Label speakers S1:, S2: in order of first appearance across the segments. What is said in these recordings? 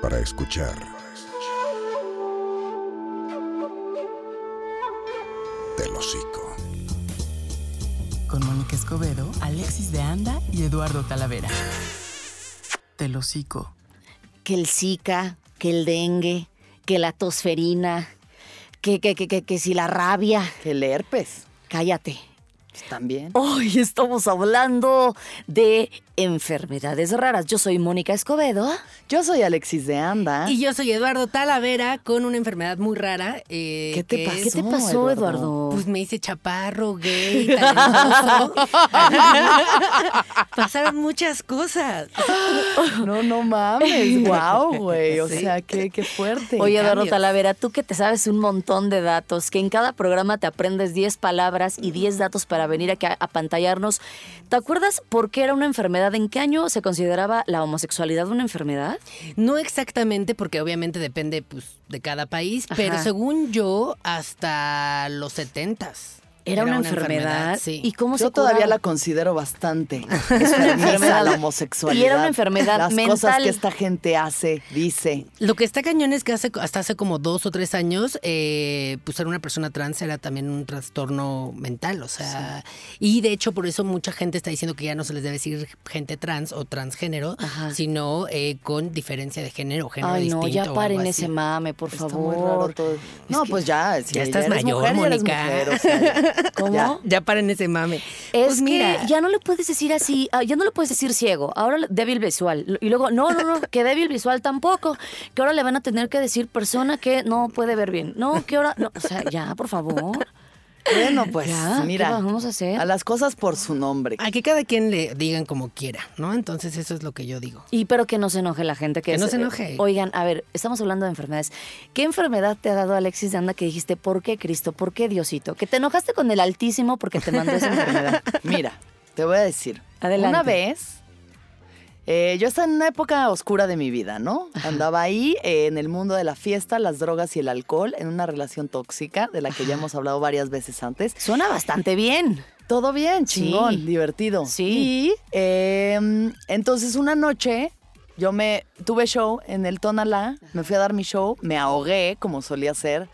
S1: para escuchar. Del hocico.
S2: Con Mónica Escobedo, Alexis de Anda y Eduardo Talavera. Del hocico.
S3: Que el Zika, que el dengue, que la tosferina, que, que, que, que, que si la rabia.
S4: El herpes
S3: Cállate.
S4: pues, también.
S3: Hoy estamos hablando de enfermedades raras. Yo soy Mónica Escobedo.
S4: Yo soy Alexis de
S3: Ah.
S4: Anda.
S5: Y yo soy Eduardo Talavera con una enfermedad muy rara. eh,
S4: ¿Qué te
S5: que
S4: pasó?
S3: ¿Qué te pasó, Eduardo?
S4: Eduardo?
S5: Pues me hice chaparro, gay, talentoso. Pasaron muchas cosas.
S4: No, no mames. Wow, güey. O
S5: Sí.
S4: sea, qué, qué fuerte.
S3: Oye, Eduardo
S5: cambios.
S3: Talavera, tú que te sabes un montón de datos, que en cada programa te aprendes 10 palabras y 10 datos para venir aquí a, a pantallarnos, ¿te acuerdas por qué era una enfermedad? ¿En qué año se consideraba la homosexualidad una enfermedad?
S5: No exactamente, porque obviamente depende pues, de cada país, pero
S3: Ajá.
S5: según yo, hasta los setentas.
S3: Era, una, enfermedad.
S5: sí.
S3: ¿Y cómo
S4: yo
S3: se
S4: todavía la
S3: curaba?
S4: considero bastante. Es una enfermedad la homosexualidad.
S3: Y era una enfermedad
S4: Las
S3: mental.
S4: cosas que esta gente hace, dice.
S5: Lo que está cañón es que hace, hasta hace como dos o tres años, eh, pues ser una persona trans era también un trastorno mental, o sea, y de hecho por eso mucha gente está diciendo que ya no se les debe decir gente trans o transgénero,
S3: Ajá.
S5: sino eh, con diferencia de género o género
S3: Ay, no,
S5: distinto. o
S3: ya
S5: algo
S3: paren
S5: así.
S3: ese mame, por
S4: Está
S3: favor.
S4: muy raro todo. No,
S3: que-
S4: pues ya. Si
S5: Ya estás
S4: eres
S5: mayor,
S4: mujer, ya eres
S5: Mónica.
S4: mujer, o sea, ya.
S3: ¿Cómo?
S4: Ya.
S5: Ya paren ese mame.
S3: Es
S5: pues mira,
S3: que ya no le puedes decir así, ah, ya no le puedes decir ciego, ahora le- débil visual. Y luego, no, no, no, que débil visual tampoco, que ahora le van a tener que decir persona que no puede ver bien. No, que ahora, no, o sea, ya, por favor.
S4: Bueno, pues
S3: Ya, ¿qué
S4: mira.
S3: vamos a hacer?
S4: A las cosas por su nombre.
S5: a que cada quien le digan como quiera, ¿no? Entonces eso es lo que yo digo.
S3: Y pero que no se enoje la gente. Que,
S5: Que no
S3: es- eh,
S5: se enoje.
S3: Oigan, a ver, estamos hablando de enfermedades. ¿Qué enfermedad te ha dado Alexis de Anda que dijiste, ¿por qué Cristo? ¿Por qué Diosito? Que te enojaste con el Altísimo porque te mandó esa enfermedad.
S4: Mira, te voy a decir.
S3: Adelante.
S4: Una vez, eh, yo estaba en una época oscura de mi vida, ¿no? Andaba ahí eh, en el mundo de la fiesta, las drogas y el alcohol, en una relación tóxica de la que ya hemos hablado varias veces antes.
S3: Suena bastante bien.
S4: Todo bien,
S3: Sí.
S4: chingón, divertido.
S3: Sí.
S4: Y eh, entonces una noche yo me tuve show en el Tonalá, me fui a dar mi show, me ahogué como solía hacer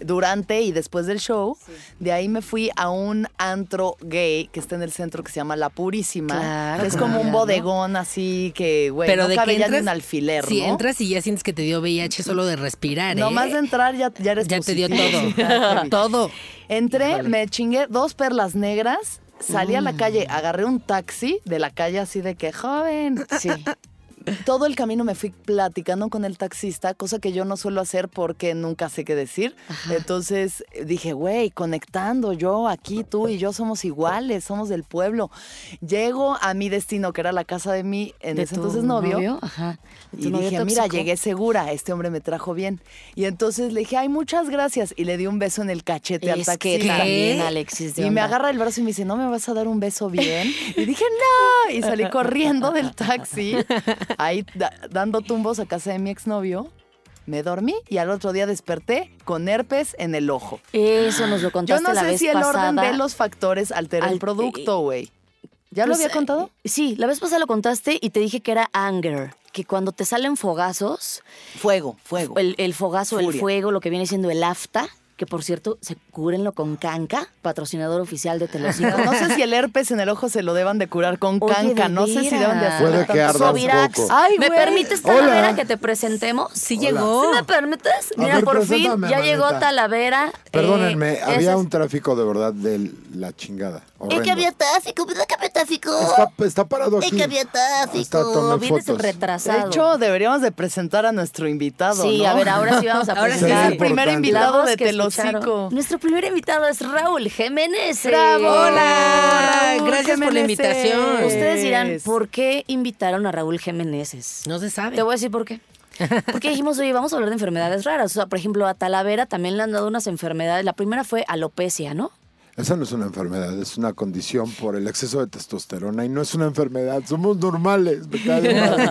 S4: durante y después del show. De ahí me fui a un antro gay que está en el centro que se llama La Purísima,
S3: Claro,
S4: que es
S3: como
S4: como un
S3: allá, ¿no?
S4: bodegón así que güey, no cabe ya ni un alfiler,
S5: si
S4: ¿no?
S5: entras y ya sientes que te dio VIH solo de respirar, ¿eh?
S4: Nomás de entrar ya, ya eres
S5: ya te dio
S4: positivo, sí, está
S5: todo,
S4: heavy.
S5: todo.
S4: Entré, me chingué dos perlas negras, salí a
S3: Mm.
S4: la calle, agarré un taxi de la calle así de que joven.
S3: Sí.
S4: Todo el camino me fui platicando con el taxista, cosa que yo no suelo hacer porque nunca sé qué decir. Entonces eh, dije, güey, conectando yo aquí, tú y yo somos iguales, somos del pueblo. Llego a mi destino, que era la casa de mi en
S3: ¿De
S4: ese
S3: tu
S4: entonces novio.
S3: Ajá. ¿De tu
S4: Y
S3: novio
S4: dije, mira,
S3: tóxico?
S4: llegué segura, este hombre me trajo bien. Y entonces le dije, ay, muchas gracias. Y le di un beso en el cachete al
S3: Es que
S4: taxista.
S3: también Alexis de
S4: Y me
S3: onda.
S4: agarra el brazo y me dice, ¿no me vas a dar un beso bien? Y dije, no. Y salí corriendo del taxi, ahí da- dando tumbos a casa de mi exnovio. Me dormí y al otro día desperté con herpes en el ojo.
S3: Eso nos lo
S4: Yo
S3: contaste
S4: no
S3: la
S4: sé
S3: vez
S4: si el
S3: pasada.
S4: orden de los factores altera
S3: Al- eh,
S4: el producto, güey. ¿Ya lo
S3: Pues,
S4: había contado?
S3: eh, Sí, la vez pasada lo contaste y te dije que era anger, que cuando te salen fogazos,
S4: Fuego, fuego.
S3: el, el fogazo, el
S4: Furia.
S3: fuego, lo que viene siendo el afta, que por cierto, se cúrenlo con canca, patrocinador oficial de Telocico.
S4: No sé si el herpes en el ojo se lo deban de curar con
S3: Oye,
S4: canca.
S3: de
S4: No sé si deban de
S3: veras.
S4: hacer.
S6: Puede que arda un
S3: Sovirax.
S6: poco.
S4: Ay,
S3: ¿Me
S4: güey.
S3: permites,
S6: Hola.
S3: Talavera, que te presentemos? Sí
S5: llegó.
S3: ¿Sí me permites?
S6: A
S3: Mira,
S6: ver,
S3: por fin
S6: preséntame,
S3: ya llegó
S6: manita.
S3: Talavera. eh,
S6: Perdónenme, había
S3: esas-
S6: un tráfico de verdad de la chingada.
S3: Es
S6: horrendo.
S3: que había tráfico, ¿verdad que había tráfico?
S6: Está, está parado
S3: Es
S6: aquí.
S3: que había
S6: Está
S3: tráfico.
S6: tomando
S3: Vienes
S6: fotos.
S4: De
S3: retrasado.
S4: hecho, deberíamos de presentar a nuestro invitado,
S3: Sí,
S4: ¿no?
S3: a ver, ahora sí vamos a
S5: Ahora
S3: presentar.
S4: Es
S5: sí.
S6: Sería
S4: el primer
S6: importante.
S4: invitado
S3: La voz
S4: de
S3: que
S4: Telocico.
S3: escucharon. Nuestro primer invitado es Raúl Jiménez.
S4: ¡Bravo!
S5: Hola,
S4: Raúl
S5: gracias por la
S4: Jiménez.
S5: invitación.
S3: Ustedes dirán,
S4: Jiménez.
S3: ¿por qué invitaron a Raúl Jiménez?
S5: No se sabe.
S3: Te voy a decir por qué. Porque dijimos, oye, vamos a hablar de enfermedades raras. O sea, por ejemplo, a Talavera también le han dado unas enfermedades. La primera fue alopecia, ¿no?
S6: Esa no es una enfermedad, es una condición por el exceso de testosterona y no es una enfermedad. Somos normales. me cae de madre.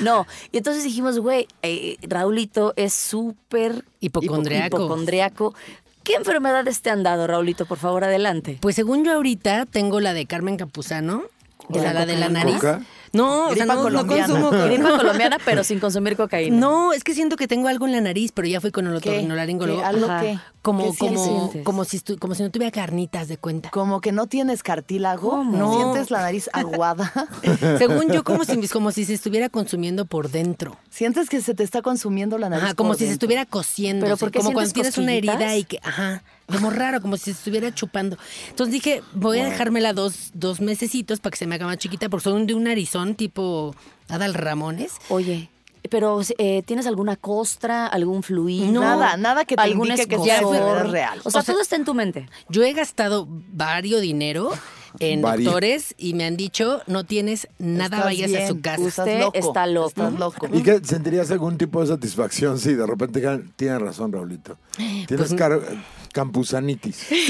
S3: No. Y entonces dijimos, güey, eh, Raulito es súper
S5: Hipocondriaco.
S3: hipo- hipocondriaco. ¿Qué enfermedades te han dado, Raulito? Por favor, adelante.
S5: Pues según yo ahorita tengo la de Carmen Campuzano, O sea, la de la
S3: cocaína.
S5: nariz.
S6: ¿Coca?
S5: No, o sea,
S4: Gripa
S5: no, no
S4: colombiana.
S5: consumo
S3: Gripa
S5: coca.
S3: colombiana, pero sin consumir cocaína.
S5: No, es que siento que tengo algo en la nariz, pero ya fui con el otorrinolaringólogo.
S4: ¿Qué? ¿Algo
S3: Ajá.
S4: qué?
S5: Como,
S4: ¿Qué
S5: como,
S3: sientes?
S5: como si estu- como si no tuviera carnitas de cuenta.
S4: Como que no tienes cartílago,
S3: ¿Cómo?
S4: ¿no
S5: No.
S4: sientes la nariz aguada?
S5: Según yo, como si, como si se estuviera consumiendo por dentro.
S4: ¿Sientes que se te está consumiendo la nariz?
S5: Ajá, como
S4: por
S5: si se
S4: dentro?
S5: estuviera cosiendo.
S3: ¿Pero por qué
S5: como cuando
S3: sientes
S5: tienes una herida
S3: cosquillitas?
S5: y que, ajá, como raro, como si se estuviera chupando. Entonces dije, voy a dejármela dos, dos mesecitos para que se me haga más chiquita, porque son de un narizón tipo Adal Ramones.
S3: Oye, pero eh, ¿tienes alguna costra, algún fluido?
S5: No,
S4: Nada, nada que te
S3: algún
S4: indique que sea
S3: escozor?
S4: enfermedad real.
S3: O sea,
S5: O sea-
S3: todo está en tu mente.
S5: Yo he gastado vario dinero en
S6: Vario.
S5: doctores y me han dicho, no tienes nada,
S4: Estás
S5: vayas a su
S4: bien,
S5: casa.
S4: estás
S3: Usted
S4: loco,
S3: está loco.
S4: Estás loco.
S6: ¿Y qué sentirías algún tipo de satisfacción si de repente dijeran, tienes razón, Raulito?
S3: Pues
S6: Tienes car- campusanitis.
S5: Sí,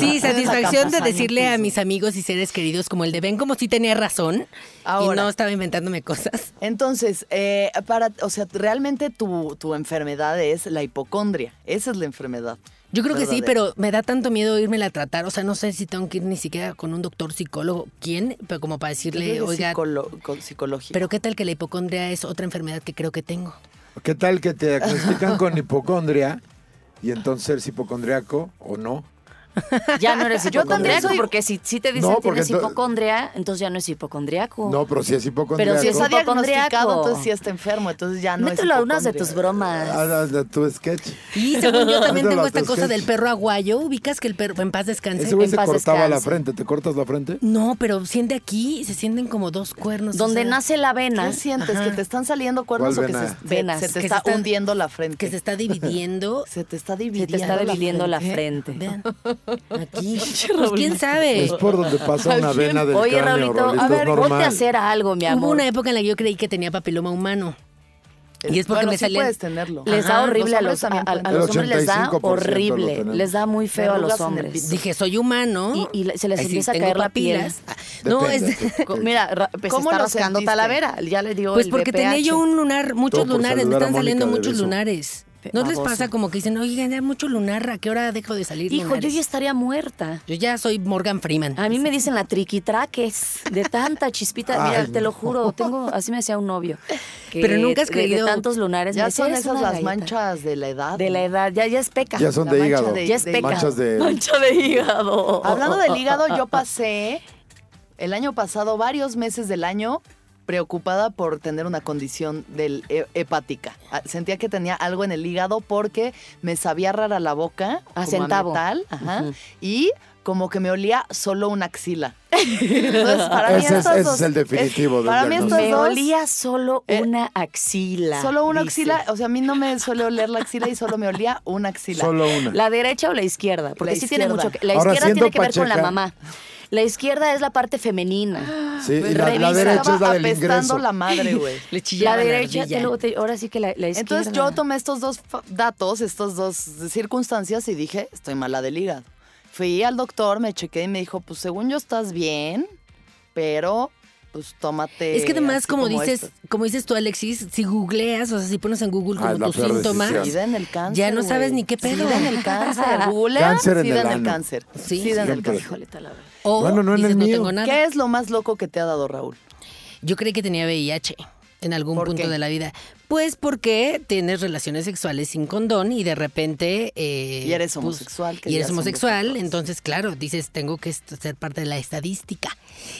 S5: sí, satisfacción de
S4: Campuzano,
S5: decirle a
S4: sí.
S5: mis amigos y seres queridos como el de ven como si tenía razón
S4: Ahora.
S5: y no estaba inventándome cosas.
S4: Entonces, eh, para, o sea, realmente tu, tu enfermedad es la hipocondria. Esa es la enfermedad.
S5: Yo creo que sí,
S4: verdadera.
S5: pero me da tanto miedo irme a tratar. O sea, no sé si tengo que ir ni siquiera con un doctor psicólogo. ¿Quién? Pero como para
S4: Yo
S5: decirle,
S4: creo que es
S5: oiga,
S4: psicolo- co- psicológico.
S5: pero ¿qué tal que la hipocondria es otra enfermedad que creo que tengo?
S6: ¿Qué tal que te diagnostican con hipocondria y entonces eres hipocondriaco o no?
S3: Ya no eres
S4: Yo también
S3: hipocondriaco,
S4: soy-
S3: porque si, si te dicen
S6: No, porque
S3: tienes
S6: ento-
S3: hipocondria, entonces ya no es hipocondriaco.
S6: No, pero si es hipocondriaco.
S3: Pero si es
S4: está diagnosticado,
S3: hipocondriaco.
S4: entonces sí está enfermo, entonces ya no
S3: Mételo
S4: es
S3: a unas de tus
S4: hipocondria.
S3: bromas.
S6: Haz- haz de Ah, tu sketch.
S5: Y según yo también
S6: Ahorita
S5: tengo
S6: lo
S5: esta cosa
S6: busqué.
S5: del perro aguayo. ¿Ubicas que el perro en paz descanse? Eh,
S6: Ese güey
S3: en
S6: se
S3: paz
S6: cortaba la
S3: descanse.
S6: frente. ¿Te cortas la frente?
S5: No, pero siente aquí, se sienten como dos cuernos. o
S3: Donde
S5: sea,
S3: nace la
S4: ¿Qué
S3: vena.
S4: sientes? ¿Que te están saliendo cuernos o
S6: ¿Cuál
S4: que se,
S6: vena?
S4: se-
S3: Venas,
S4: se
S3: que
S4: te
S5: se
S4: está
S5: están-
S4: hundiendo la frente?
S5: Que se está dividiendo.
S4: Se te está
S3: Se
S4: dividiendo.
S3: te está dividiendo la frente.
S5: ¿eh? Vean, aquí. Pues, ¿Quién sabe?
S6: Es por donde pasa una vena del
S3: Oye,
S6: cráneo,
S3: Raulito,
S6: Raulito,
S3: a
S6: es
S3: ver, ponte
S6: normal.
S3: a hacer algo, mi
S5: Hubo
S3: amor.
S5: una época en la que yo creí que tenía papiloma humano. Y es porque
S4: Eh, Bueno,
S5: me
S4: sí
S5: salían-
S4: puedes tenerlo.
S3: Les
S5: Ajá,
S3: da horrible
S4: los
S3: a
S4: hombres
S3: los, a,
S4: también
S3: a- a
S4: pueden.
S3: los
S6: El
S3: hombres les da
S6: 85% lo
S3: horrible,
S6: tenemos.
S3: les da muy feo a los
S4: Verrugas en el
S3: hombres.
S5: Dije, soy humano.
S3: Y- y la- se les
S5: Ay, sí,
S3: empieza a
S5: tengo
S3: caer la piel.
S5: papilas. Ah, No, es.
S6: Depende, te-
S3: Co- Mira, ra- pues
S4: ¿Cómo
S3: está
S4: lo
S3: rascando
S4: sentiste?
S3: Talavera, ya le dio
S5: Pues
S3: el
S5: porque tenía
S3: BPH.
S5: yo un lunar, muchos
S6: Todo por
S5: lunares, me
S6: saludar a
S5: están saliendo
S6: Mónica de
S5: muchos
S6: beso.
S5: lunares. ¿No les
S3: Baboso.
S5: pasa como que dicen, oye, ya mucho lunar, ¿a qué hora dejo de salir
S3: Hijo, yo
S5: lunares?"
S3: ya Ah, estaría muerta.
S5: Yo ya soy Morgan Freeman.
S3: A mí me dicen la triquitraques de tanta chispita. Mira,
S6: Ay,
S3: te lo
S6: no.
S3: juro, tengo, así me decía un novio. que
S5: Pero nunca has
S3: de-
S5: creído-
S3: De tantos lunares. me
S4: Ya
S3: decía,
S4: son
S3: "Eres
S4: esas
S3: una
S4: las
S3: galleta".
S4: manchas de la edad.
S3: De la edad, ya, ya es peca.
S6: Ya son
S4: La
S6: de
S4: mancha
S6: hígado.
S4: de-
S3: Ya es peca.
S6: Manchas de...
S3: Mancha de hígado.
S4: Hablando del hígado, yo pasé el año pasado varios meses del año preocupada por tener una condición del he- hepática. Ah, Sentía que tenía algo en el hígado porque me sabía rara la boca,
S3: A
S4: como
S3: centavo.
S4: metal, ajá,
S3: Ujú.
S4: y como que me olía solo una axila. Entonces, para mí
S6: Ese es-
S4: estas
S6: ese
S4: dos-
S6: es el definitivo del
S4: Para mí
S6: diagnóstico.
S4: estas
S3: Me
S4: dos
S3: olía solo
S4: Eh,
S3: una axila.
S4: Solo una
S3: dice.
S4: axila, o sea, a mí no me suele oler la axila y solo me olía una axila.
S6: Solo una.
S3: ¿La derecha o la izquierda? Porque
S4: La
S3: sí tiene
S4: izquierda.
S3: mucho que. La
S6: Ahora,
S3: izquierda tiene
S6: siendo
S3: que ver con la
S6: Pacheca-
S3: mamá. La izquierda es la parte
S4: Ah,
S3: femenina.
S6: Sí, y la, la
S4: Revisa.
S6: derecha es la
S4: Estaba
S6: del
S4: apestando
S6: ingreso.
S4: la madre, güey.
S5: Le chillaba
S3: La
S5: la
S3: derecha,
S5: ardilla.
S3: te lo- te- ahora sí que la, la izquierda.
S4: Entonces yo tomé estos dos fa- datos, estas dos circunstancias y dije, estoy mala del hígado. Fui al doctor, me chequé y me dijo, pues según yo estás bien, pero pues tómate.
S5: Es que además,
S4: así
S5: como, dices,
S4: esto".
S5: como dices tú, Alexis, si googleas, o sea, si pones en Google
S6: Ah,
S5: como
S6: es la
S5: tus
S6: peor
S5: síntomas,
S6: decisión.
S4: Sida en el cáncer.
S5: ya no
S4: güey.
S5: sabes ni qué pedo.
S4: Sida en el cáncer. Google.
S6: Cáncer en
S4: Sida
S6: el
S4: en el
S6: ano.
S4: cáncer.
S5: Sí.
S4: Sida en el
S6: Siempre.
S4: cáncer.
S3: Híjole, Talavera.
S5: O
S6: Bueno, no en
S5: dices,
S6: el
S5: no
S6: mío.
S5: tengo nada.
S4: ¿Qué es lo más loco que te ha dado Raúl?
S5: Yo creí que tenía VIH en algún
S4: ¿Por
S5: punto
S4: qué?
S5: de la vida. Pues porque tienes relaciones sexuales sin condón y de repente... eh,
S4: Y eres
S5: pues,
S4: homosexual, que
S5: y
S4: ya
S5: eres
S4: son
S5: homosexual,
S4: dos
S5: entonces claro, dices, tengo que est- ser parte de la estadística.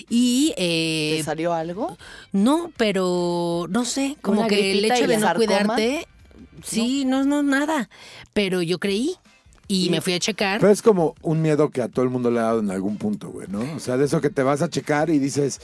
S5: Y eh,
S4: ¿Te salió algo?
S5: no, pero no sé, como
S3: ¿Una
S5: que el
S3: gripita
S5: hecho
S3: y
S5: de
S4: el
S5: no
S4: sarcoma?
S5: cuidarte, sí, no, no, nada. Pero yo creí y, me fui a checar.
S6: Pero es como un miedo que a todo el mundo le ha dado en algún punto, güey, ¿no? O sea, de eso que te vas a checar y dices,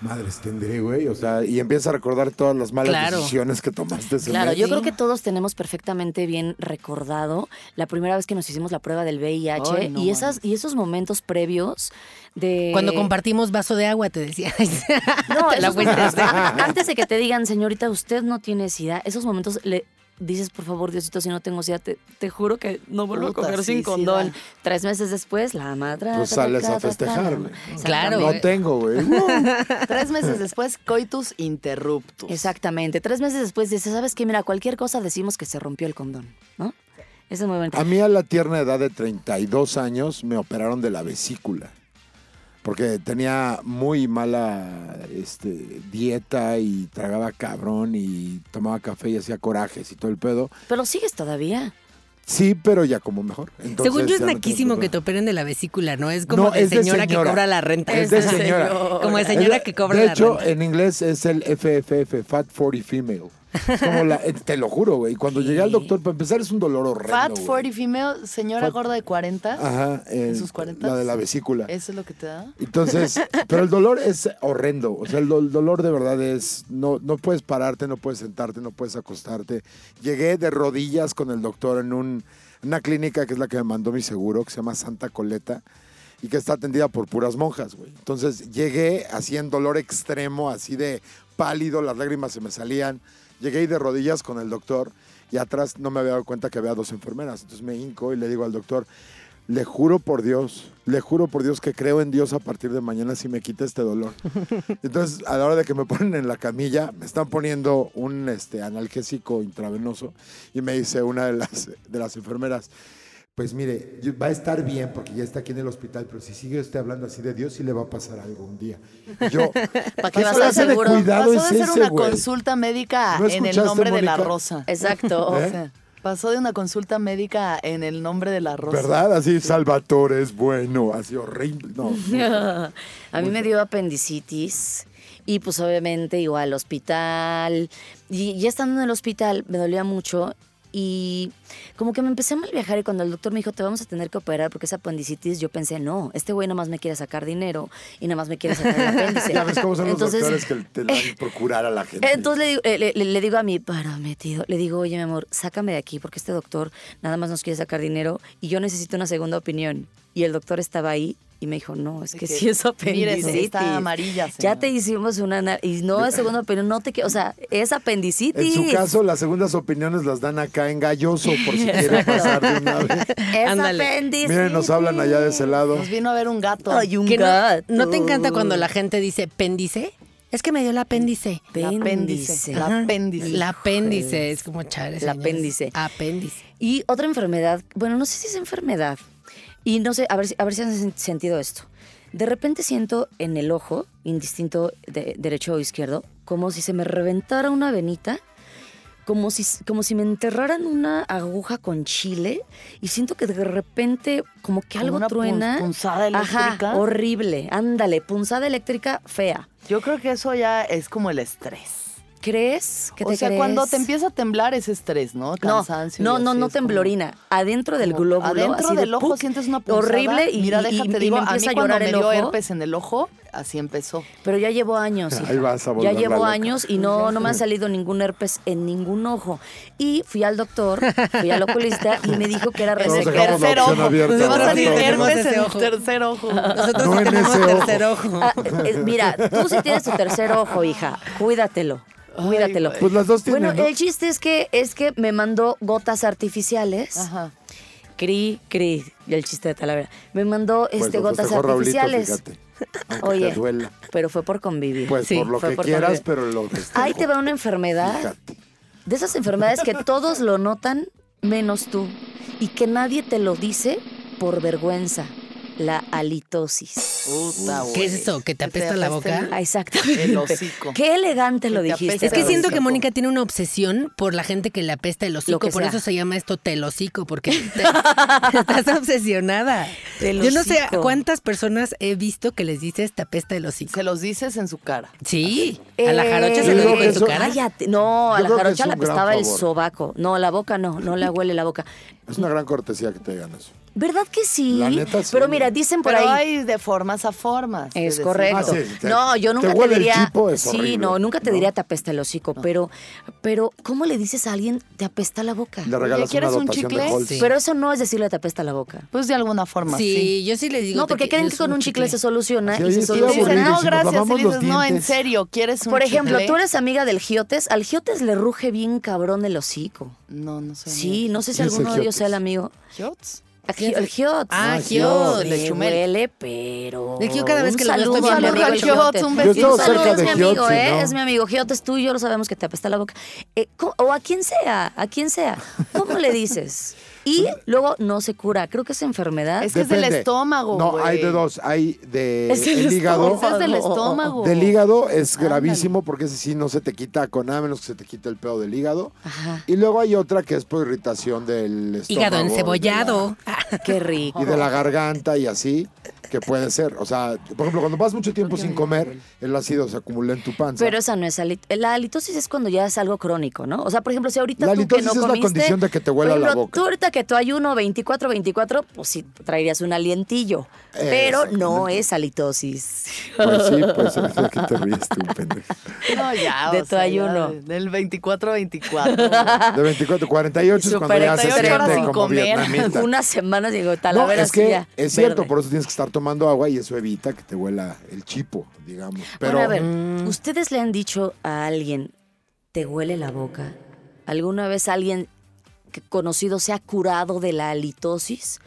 S6: madres, tendré, güey. O sea, y empiezas a recordar todas las malas
S5: Claro.
S6: decisiones que tomaste ese
S3: Claro,
S6: mes.
S3: yo
S5: Sí.
S3: creo que todos tenemos perfectamente bien recordado la primera vez que nos hicimos la prueba del VIH
S4: Ay, no
S3: y esas y esos momentos previos de
S5: Cuando compartimos vaso de agua, te decía.
S3: No,
S5: Te la
S3: esos momentos-
S5: cuentas.
S3: antes de que te digan, señorita, usted no tiene sida, esos momentos le dices, por favor, Diosito, si no tengo sida, te, te juro que no vuelvo
S4: Puta,
S3: a coger
S4: sí,
S3: sin
S4: sí
S3: condón.
S4: da.
S3: Tres meses después, la madre.
S6: Pues sales a festejar, güey.
S5: Claro. eh.
S6: No tengo, güey.
S4: Tres meses después, coitus interruptus.
S3: Exactamente. Tres meses después dices, ¿sabes qué? Mira, cualquier cosa decimos que se rompió el condón, ¿no? Eso
S6: Ah.
S3: es muy bonito.
S6: A mí a la tierna edad de 32 años me operaron de la vesícula. porque tenía muy mala este, dieta y tragaba cabrón y tomaba café y hacía corajes y todo el pedo.
S3: Pero sigues todavía.
S6: Sí, pero ya como mejor. Entonces,
S5: Según yo es
S6: ya no tengo
S5: naquísimo que te
S6: problema.
S5: operen de la vesícula, ¿no? Es como
S6: No,
S5: de,
S6: es de
S5: señora que
S6: señora.
S5: cobra la renta.
S6: Es de señora.
S5: Como de señora
S6: Es-
S5: que cobra
S6: De
S5: la
S6: hecho,
S5: renta.
S6: en inglés es el FFF, Fat 40 Female. Es como la- eh, te lo juro, güey. Cuando llegué al doctor, para empezar es un dolor horrendo.
S4: Fat
S6: güey.
S4: 40 female, señora
S6: Fat-
S4: gorda de 40.
S6: Ajá. eh,
S4: ¿En sus 40?
S6: La de la vesícula.
S4: ¿Eso es lo que te da?
S6: Entonces, pero el dolor es horrendo. O sea, el, do- el dolor de verdad es. No, no puedes pararte, no puedes sentarte, no puedes acostarte. Llegué de rodillas con el doctor en un- una clínica que es la que me mandó mi seguro, que se llama Santa Coleta, y que está atendida por puras monjas, güey. Entonces, llegué así en dolor extremo, así de pálido, las lágrimas se me salían. Llegué ahí de rodillas con el doctor y atrás no me había dado cuenta que había dos enfermeras. Entonces me hinco y le digo al doctor, le juro por Dios, le juro por Dios que creo en Dios a partir de mañana si me quita este dolor. Entonces, a la hora de que me ponen en la camilla, me están poniendo un este, analgésico intravenoso y me dice una de las, de las enfermeras, pues mire, yo- va a estar bien porque ya está aquí en el hospital, pero si sigue usted hablando así de Dios, sí le va a pasar algo un día. Y Yo, ¿para
S3: qué vas al seguro?
S4: Pasó
S6: cuidado es
S4: de ser
S6: ese,
S4: una
S6: güey?
S4: consulta médica
S6: ¿No
S4: en el
S6: escuchaste,
S4: nombre de la
S6: Mónica?
S4: rosa.
S3: Exacto.
S6: ¿Eh?
S4: O sea, pasó de una consulta médica en el nombre de la rosa.
S6: ¿Verdad? Así, Salvatore es bueno, así horrible. No,
S3: A mí me dio apendicitis y pues obviamente igual hospital. Y ya estando en el hospital me dolía mucho y como que me empecé a mal viajar y cuando el doctor me dijo te vamos a tener que operar porque es apendicitis, yo pensé, no, este güey nada más me quiere sacar dinero y nada más me quiere sacar el apéndice.
S6: Ya ves cómo son los
S3: Entonces-
S6: doctores que te dan procurar a la gente.
S3: Entonces le digo, eh, le, le- le digo a mi parametido, le digo, oye mi amor, sácame de aquí porque este doctor nada más nos quiere sacar dinero y yo necesito una segunda opinión. Y el doctor estaba ahí y me dijo, no, es que
S4: que,
S3: sí es
S4: mire,
S3: apendicitis.
S4: está amarilla,
S3: Ya
S4: señor.
S3: te hicimos una... ana- Y no es segunda opinión, no te... que- O sea, es
S6: en
S3: apendicitis.
S6: su caso, las segundas opiniones las dan acá en Galloso, por si quiere pasar de una vez.
S3: Es
S5: Ándale.
S3: apendicitis.
S6: Miren, nos hablan allá de ese lado.
S4: Nos vino a ver un gato.
S3: Ay, un
S5: Que no,
S3: gato.
S5: ¿no te encanta cuando la gente dice apéndice? Es que me dio el apéndice.
S4: La apéndice.
S3: Apéndice.
S4: La apéndice.
S5: El apéndice, es como chale.
S3: La
S5: señores.
S3: apéndice.
S5: Apéndice.
S3: Y otra enfermedad, bueno, no sé si es enfermedad, y no sé, a ver, si- a ver si han sen- sentido esto. De repente siento en el ojo, indistinto de, derecho o izquierdo, como si se me reventara una venita, como si, como si me enterraran una aguja con chile, y siento que de repente como que
S4: Como
S3: algo
S4: una pun-
S3: truena.
S4: punzada eléctrica.
S3: Ajá, horrible, ándale, punzada eléctrica fea.
S4: Yo creo que eso ya es como el estrés.
S3: ¿Crees que te
S4: o sea,
S3: crees?
S4: cuando te empieza a temblar es estrés,
S3: No,
S4: ¿no? Cansancio.
S3: no, no,
S4: y así
S3: no
S4: es como-
S3: temblorina. adentro del
S4: como-
S3: globo
S4: Adentro del ojo sientes una punzada.
S3: horrible y,
S4: Mira,
S3: y-
S4: déjate,
S3: y
S4: digo,
S3: me
S4: a mí
S3: empieza a
S4: cuando
S3: llorar
S4: me
S3: el
S4: dio
S3: ojo.
S4: herpes en el ojo, así empezó.
S3: Pero ya llevo años. hija.
S6: Ahí vas a
S3: ya
S6: volverla
S3: llevo
S6: loca.
S3: años y no, no me ha salido ningún herpes en ningún ojo. Y fui al doctor, fui al oculista y me dijo que era
S6: Todos
S4: el
S6: dejamos la
S3: resequedad.
S4: tercer
S6: opción
S4: ojo.
S6: abierta,
S4: Me va a
S5: ¿verdad?
S4: salir
S5: Todos tenemos
S4: herpes en
S5: ese
S4: el
S5: ojo.
S4: tercer ojo.
S5: Nosotros
S6: No
S5: sí
S6: en
S5: tenemos
S6: ese ojo.
S5: tercer ojo.
S3: Ah, eh, mira, tú sí tienes tu tercer ojo, hija. Cuídatelo. Cuídatelo.
S6: Pues las dos tienen,
S3: Bueno,
S6: ¿no?
S3: el chiste es que es que me mandó gotas artificiales.
S4: Ajá.
S3: Cri, cri, y el chiste de Talavera. Me mandó
S6: Pues
S3: este
S6: lo
S3: gotas
S6: festejó Raulito,
S3: artificiales.
S6: fíjate. Aunque te
S3: Oye,
S6: duela.
S3: pero fue por convivir.
S6: Pues
S5: Sí,
S6: por lo
S3: fue
S6: que
S3: por
S6: quieras,
S3: convivir.
S6: pero lo festejo.
S3: Ahí te va una enfermedad.
S6: Fíjate.
S3: De esas enfermedades que todos lo notan menos tú y que nadie te lo dice por vergüenza. La halitosis.
S4: Puta, güey.
S5: ¿Qué es eso? ¿Que te apesta la boca?
S4: el-
S3: Ah, exactamente.
S4: El hocico.
S3: Qué elegante lo
S4: Que te
S3: dijiste.
S4: apeste
S5: Es que
S4: Pero
S5: siento
S4: sí,
S5: que
S4: loco.
S5: Mónica tiene una obsesión por la gente que le apesta el
S3: Lo
S5: hocico,
S3: que
S5: por
S3: sea.
S5: eso se llama esto telocico, porque te- estás obsesionada. Yo no sé
S3: Telocico.
S5: cuántas personas he visto que les dices te apesta el hocico.
S4: Se los dices en su cara.
S5: Sí, a la
S3: Eh,
S5: jarocha
S6: yo
S5: se lo
S6: creo
S5: dijo
S6: que
S5: en su
S6: eso-
S5: cara.
S3: Cállate. No, a
S6: Yo
S3: la
S6: creo que
S3: jarocha
S6: es
S3: le
S6: un gran
S3: apestaba el
S6: favor.
S3: sobaco. No, la boca no, no la huele la boca.
S6: Es una gran cortesía que te digan eso.
S3: ¿Verdad que sí?
S6: La neta, sí.
S3: Pero mira, dicen por
S4: Pero
S3: ahí.
S4: hay de formas a formas. de
S3: Es
S4: decir,
S3: correcto.
S6: Ah, sí, te-
S3: no, yo
S6: te
S3: nunca te,
S6: huele el
S3: diría.
S6: chipo, es
S3: sí,
S6: horrible,
S3: no, nunca te
S6: ¿no?
S3: diría te apesta el hocico, pero, pero ¿cómo le dices a alguien te apesta la boca? ¿Eh?
S6: Le regalas una
S4: ¿quieres un
S6: dotación de
S4: chicle?
S6: golf.
S5: Sí.
S3: Pero eso no es decirle te apesta la boca.
S4: Pues de alguna forma, sí.
S5: Sí, yo sí les digo.
S3: No,
S5: te
S3: porque
S5: quiero,
S3: creen que
S5: es
S3: con un chicle, se soluciona
S6: Sí,
S3: y
S6: oye,
S3: se
S6: estoy
S4: Te
S3: soluciona.
S4: dicen,
S6: aburrido,
S4: no,
S6: si nos
S4: gracias.
S6: lavamos
S4: Y le dices,
S6: los
S4: no, en
S6: dientes".
S4: serio, ¿quieres un
S3: Por ejemplo,
S4: chicle?
S3: tú eres amiga del Giotes, al Giotes le ruge bien cabrón el hocico.
S4: No, no sé.
S3: Sí, no sé si
S6: ¿Quién es el
S3: alguno de ellos
S6: Giotes?
S3: sea el amigo.
S4: ¿Yots?
S3: A Gio- El Giotes.
S5: Ah,
S4: Giotes.
S5: Giotes.
S4: de
S3: Le
S4: Chumel.
S3: huele, pero.
S5: Es que yo cada vez
S3: Un
S5: que lo veo estoy
S3: saludo a mi
S5: bien
S3: amigo
S5: al
S3: el
S5: Giotes.
S3: Giotes.
S4: Un
S6: Yo he estado
S4: besito.
S3: Un
S6: cerca
S3: saludo, es
S6: de
S3: mi amigo,
S6: Giotes,
S3: ¿eh?
S6: ¿no?
S3: Es mi amigo. Giotes, tú y yo lo sabemos que te apesta la boca. Eh, ¿cómo- o a quien sea, a quien sea. ¿Cómo le dices? Y luego no se cura. Creo que esa enfermedad.
S4: Es que es del
S6: Depende.
S4: estómago,
S6: No,
S4: güey.
S6: hay de dos. Hay de
S3: Es el
S6: el hígado.
S4: Ese es del estómago.
S6: Del hígado es gravísimo porque ese sí no se te quita con nada menos que se te quite el pedo del hígado. Y luego hay otra que es por irritación del estómago.
S5: Hígado encebollado. Ah,
S3: Qué rico.
S6: Y de la garganta y así, que puede ser. O sea, por ejemplo, cuando vas mucho tiempo sin comer, el ácido se acumula en tu panza.
S3: Pero esa no es alit la halitosis es cuando ya es algo crónico, ¿no? O sea, por ejemplo, si ahorita
S6: La
S3: tú que
S6: halitosis
S3: no
S6: es la
S3: comiste,
S6: condición de que te huela
S3: por
S6: la
S3: ejemplo,
S6: boca.
S3: Tú ahorita que tú ayuno 24 24, pues sí traerías un alientillo, pero no es halitosis.
S6: Pues sí, pues es que te ríes tú, pendejo.
S4: No, ya,
S3: De
S4: o
S3: tu
S4: sea, ya,
S3: ayuno.
S4: Del 24-24.
S6: De 24, 48 es cuando ya se
S4: 48 horas
S6: siente
S4: sin
S6: como
S4: comer.
S6: vietnamita.
S3: Unas semanas digo,
S6: No,
S3: talavera
S6: es que
S3: ya.
S6: es cierto,
S3: verde.
S6: por eso tienes que estar tomando agua y eso evita que te huela el chipo, digamos. Pero
S3: Bueno, a ver, ¿ustedes le han dicho a alguien, te huele la boca? ¿Alguna vez alguien que- conocido se ha curado de la halitosis?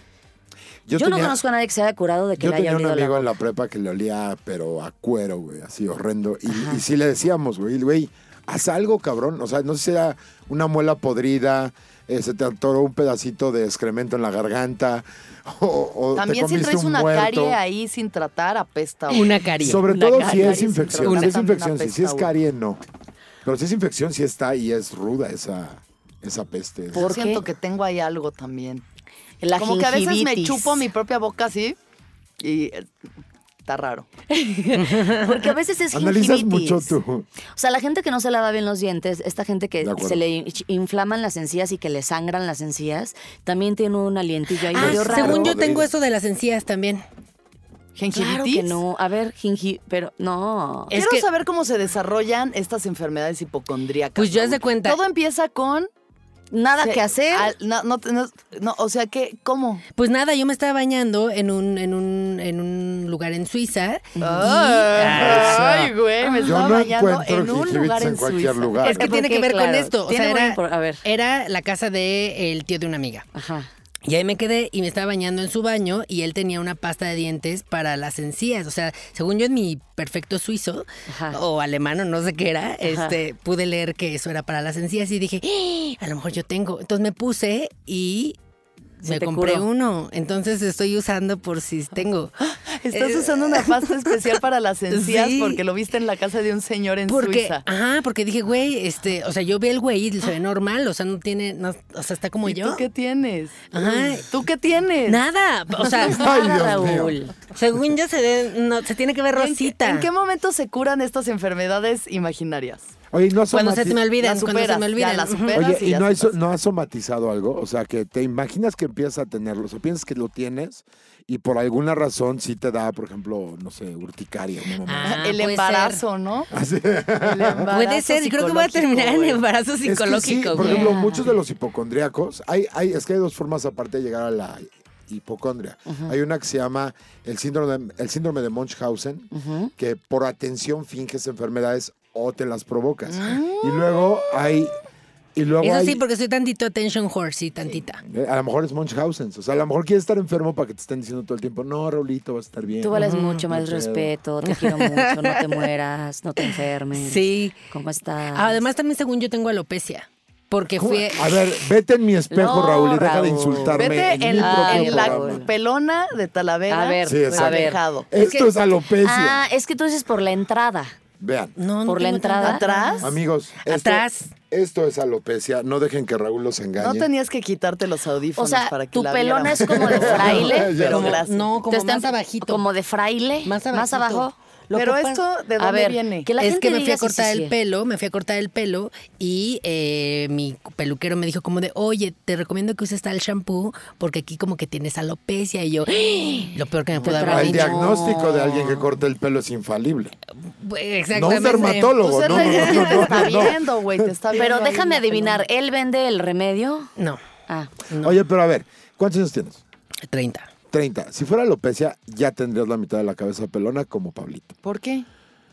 S3: Yo, no
S6: tenía-
S3: conozco a nadie que se haya curado de que
S6: Yo
S3: le haya
S6: tenía un
S3: olido la
S6: amigo en la prepa que le olía, pero a cuero, güey, así horrendo. Y, y sí le decíamos, güey, güey, haz algo, cabrón. O sea, no sé si era una muela podrida, eh, se te atoró un pedacito de excremento en la garganta, o, o te
S4: También si
S6: comiste
S4: traes
S6: un
S4: una
S6: muerto.
S4: carie ahí sin tratar, apesta. güey.
S5: Una carie.
S6: Sobre
S3: Una
S6: todo si
S3: carie,
S6: es
S3: sí,
S6: infección.
S5: pero
S6: Si es
S4: también
S6: infección, si, si
S4: apesta,
S6: es
S4: güey.
S6: carie, no. Pero si es infección, sí está y es ruda esa, esa peste. esa-
S3: ¿Por
S4: Siento
S3: qué?
S4: que tengo ahí algo también.
S3: La
S4: Como que a veces me
S3: gingivitis.
S4: chupo mi propia boca así y eh, está raro.
S3: Porque a veces es
S6: Analizas
S3: gingivitis.
S6: mucho tú.
S3: O sea, la gente que no se lava bien los dientes, esta gente que
S6: De acuerdo.
S3: se le in- inflaman las encías y que le sangran las encías, también tiene un alientillo ahí
S5: Ah,
S3: medio raro.
S5: según yo
S6: Podrido.
S5: tengo eso de las encías también.
S4: ¿Gingivitis?
S3: Claro que no. A ver, gingi, pero no.
S5: Es
S4: Quiero
S5: que-
S4: saber cómo se desarrollan estas enfermedades hipocondríacas.
S5: Pues yo haz
S4: Raúl.
S5: de cuenta.
S4: Todo empieza con...
S3: Nada
S4: se-
S3: que hacer.
S4: al- no, no, no, no, o sea, que, ¿cómo?
S5: Pues nada, yo me estaba bañando en un, en un, en un lugar en Suiza. y-
S4: Ay, güey, me
S6: Yo
S4: estaba
S6: no
S4: bañando
S6: encuentro
S4: en un
S6: gingivitis
S4: lugar
S6: en
S4: en
S6: cualquier
S4: Suiza.
S6: lugar.
S5: Es que
S3: ¿Por
S5: tiene
S3: qué?
S5: que ver con
S3: Claro,
S5: esto. O
S3: tiene
S5: sea,
S3: muy
S5: era,
S3: impor- a ver.
S5: era la casa del tío de una amiga.
S3: Ajá.
S5: Y ahí me quedé y me estaba bañando en su baño y él tenía una pasta de dientes para las encías. O sea, según yo en mi perfecto suizo
S3: Ajá.
S5: o alemano, no sé qué era, este, pude leer que eso era para las encías y dije, "Ah, a lo mejor yo tengo. Entonces me puse y
S3: Se
S5: me
S3: te
S5: compré
S3: curó.
S5: uno. Entonces estoy usando por si tengo.
S4: Estás
S5: Eh,
S4: usando una pasta especial para las encías
S5: Sí.
S4: porque lo viste en la casa de un señor en
S5: Porque,
S4: Suiza.
S5: ah, ajá, porque dije, güey, este, o sea, yo vi el güey y se ve normal, o sea, no tiene, no, o sea, está como
S4: ¿Y
S5: yo.
S4: tú qué tienes?
S5: Ajá.
S4: ¿Tú qué tienes?
S5: Nada, o sea,
S6: Ay, Dios mío.
S5: según yo se ve, no, se tiene que ver
S4: ¿En, qué-
S5: rosita.
S4: en qué momento se curan estas enfermedades imaginarias?
S6: Oye, ¿no has
S5: cuando se
S6: somati-
S5: te me olvidan,
S4: Las
S5: cuando se
S4: superas,
S5: me
S4: ya
S5: olvidan.
S4: las
S5: Ujú.
S4: superas.
S6: Oye,
S4: y
S6: ¿y
S4: ya
S6: no,
S4: se
S6: hay so-
S4: pasa.
S6: no has somatizado algo? O sea, que te imaginas que empiezas a tenerlo, o sea, piensas que lo tienes y por alguna razón sí te da, por ejemplo, no sé, urticaria. una mamá.
S5: Ah,
S4: el
S5: puede
S4: embarazo, ¿no?
S6: Así-
S4: El embarazo
S5: Puede ser, creo que voy a terminar en
S4: psicológico, güey.
S5: embarazo
S6: Es que sí,
S5: psicológico,
S6: por
S5: güey.
S6: ejemplo, muchos de los hipocondríacos, hay, hay, es que hay dos formas aparte de llegar a la hipocondria. Hay una que se llama el síndrome de, el síndrome de Munchausen, que por atención finges enfermedades o te las provocas.
S3: Ah.
S6: Y luego hay... Y luego
S5: Eso
S6: hay,
S5: sí, porque soy tantito attention horse, sí, tantita.
S6: Eh, A lo mejor es Munchausen. O sea, a lo mejor quieres estar enfermo para que te estén diciendo todo el tiempo, no, Raulito, vas a estar bien.
S3: Tú vales mucho más
S6: no creo.
S3: respeto, te quiero mucho, no te mueras, no te enfermes.
S5: Sí.
S3: ¿Cómo estás?
S5: Además, también según yo tengo alopecia, porque
S6: Ah. ¿Cómo?
S5: fui...
S6: A ver, vete en mi espejo,
S3: No,
S6: Raúl, y deja
S3: Raúl.
S6: de insultarme
S4: Vete
S6: en,
S4: en,
S6: mi
S4: la-
S6: propio
S4: en la
S6: programa.
S4: pelona de Talavera.
S3: A ver,
S6: Sí, exacto.
S3: a ver.
S4: Reflejado.
S6: Esto es, alopecia.
S3: Ah, es que tú dices por la entrada.
S6: Vean,
S5: No, no
S3: por la
S5: tengo tanta-
S3: entrada.
S4: ¿Atrás?
S6: amigos, esto,
S5: Atrás.
S6: esto es alopecia. No dejen que Raúl los engañe.
S4: No tenías que quitarte los
S3: O
S4: audífonos
S3: sea,
S4: para que
S3: tu
S4: la
S3: pelona
S4: viéramos.
S3: es como de fraile.
S6: Ya.
S4: pero
S6: Como-
S4: gracias.
S5: No, como
S3: Te están-
S5: más abajito.
S3: Como de fraile.
S5: Más
S3: Más,
S5: abajito.
S3: abajo. Lo
S4: Pero
S3: que pa-
S4: esto, ¿de
S3: a
S4: dónde
S3: ver,
S4: viene?
S3: Que la
S5: es
S3: gente
S5: que me fui
S3: diga
S5: a
S3: sí,
S5: cortar
S3: sí,
S5: el
S3: sí.
S5: pelo, me fui a cortar el pelo y eh, mi peluquero me dijo como de, oye, te recomiendo que uses tal shampoo porque aquí como que tienes alopecia y yo, "Ah, lo peor que me puede
S3: Te
S5: haber
S6: El
S3: Ay,
S5: dicho.
S6: diagnóstico de alguien que corta el pelo es infalible. No un
S5: Exactamente.
S6: dermatólogo,
S4: Pues
S6: no,
S4: es la-
S6: no, no,
S4: te está
S6: no, no, no.
S4: viendo, güey, te está viendo
S3: Pero
S4: ahí
S3: déjame
S4: la
S3: adivinar,
S4: pelona.
S3: ¿él vende el remedio?
S5: No,
S3: Ah.
S6: Oye, pero a ver, ¿cuántos años tienes?
S5: 30.
S6: 30. Si fuera alopecia, ya tendrías la mitad de la cabeza pelona como Pablito.
S4: ¿Por qué?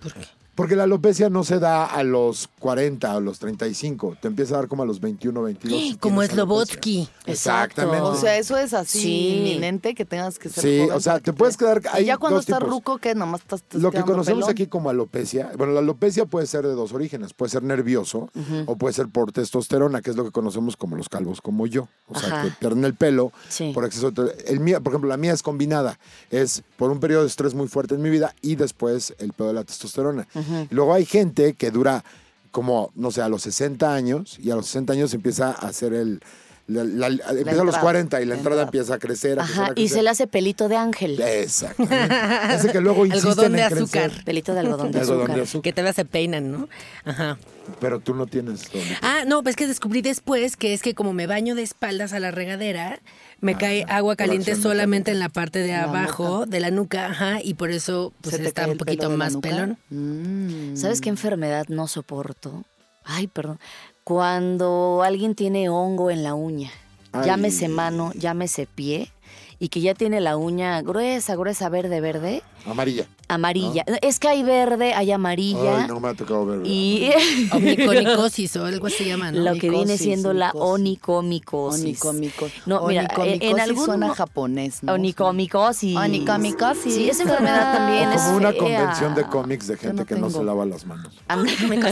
S5: ¿Por qué?
S6: Porque la alopecia no se da a los 40, a los 35. Te empieza a dar como a los 21, 22. si
S5: Como
S6: tienes alopecia.
S5: Slobotsky.
S6: Exactamente.
S4: O sea, eso es así
S3: Sí.
S4: inminente que tengas que ser
S6: Sí,
S4: joven
S6: o sea,
S4: para
S6: te puedes quedar-
S4: Y
S6: hay
S4: ya cuando
S6: dos
S4: estás
S6: tipos.
S4: ruco, que nomás estás te
S6: Lo que
S4: quedando
S6: conocemos
S4: pelón.
S6: aquí como alopecia, bueno, la alopecia puede ser de dos orígenes, puede ser nervioso o puede ser por testosterona, que es lo que conocemos como los calvos como yo, o sea,
S3: Ajá.
S6: que pierden el pelo
S3: Sí.
S6: por exceso de... El mío, por ejemplo, la mía es combinada, es por un periodo de estrés muy fuerte en mi vida y después el pedo de la testosterona. Y Luego hay gente que dura como, no sé, a los 60 años y a los 60 años empieza a hacer el... la- la- empieza a los
S4: entrada,
S6: 40 y la
S4: la entrada.
S6: entrada, empieza a crecer. a crecer,
S3: Ajá,
S6: a
S3: y
S6: crecer.
S3: se le hace pelito de ángel.
S6: Exactamente. Ese que luego insisten
S5: Algodón de
S6: en crecer.
S5: azúcar.
S3: Pelito de algodón de
S6: De algodón de
S3: azúcar.
S6: azúcar.
S5: Que todavía se peinan, ¿no? Ajá.
S6: Pero tú no tienes. doble.
S5: Ah, no, pues que descubrí después que es que como me baño de espaldas a la regadera, me
S4: Ah,
S5: cae agua caliente
S6: Tracción
S5: solamente en la parte de
S4: La
S5: abajo
S4: nuca.
S5: de la nuca, ajá, y por eso pues
S4: ¿Se te
S5: está
S4: cae
S5: un
S4: el pelo
S5: poquito
S4: de la
S5: más
S4: nuca?
S5: pelón.
S4: Mm.
S3: ¿Sabes qué enfermedad no soporto? Ay, perdón. Cuando alguien tiene hongo en la uña,
S6: Ay.
S3: llámese mano, llámese pie, y que ya tiene la uña gruesa, gruesa, verde, verde,
S6: Amarilla.
S3: amarilla. Es que hay verde, hay amarilla.
S6: Ah. Ay, no me ha tocado ver.
S3: Y
S5: Omniconicosis o algo así se llama, ¿no?
S3: lo que viene
S4: Micosis,
S3: siendo la
S4: micosis.
S3: onicomicosis.
S4: Onicómico.
S3: No, mira, en- en
S4: Onicomicosis
S3: algún
S4: suena
S3: mo-
S4: japonés, ¿no?
S3: Onicomicosis.
S4: Onicomicosis.
S3: Sí, esa enfermedad también es
S6: Como una
S3: fea.
S6: convención de cómics de gente
S4: no
S6: que no se
S4: tengo.
S6: lava las manos.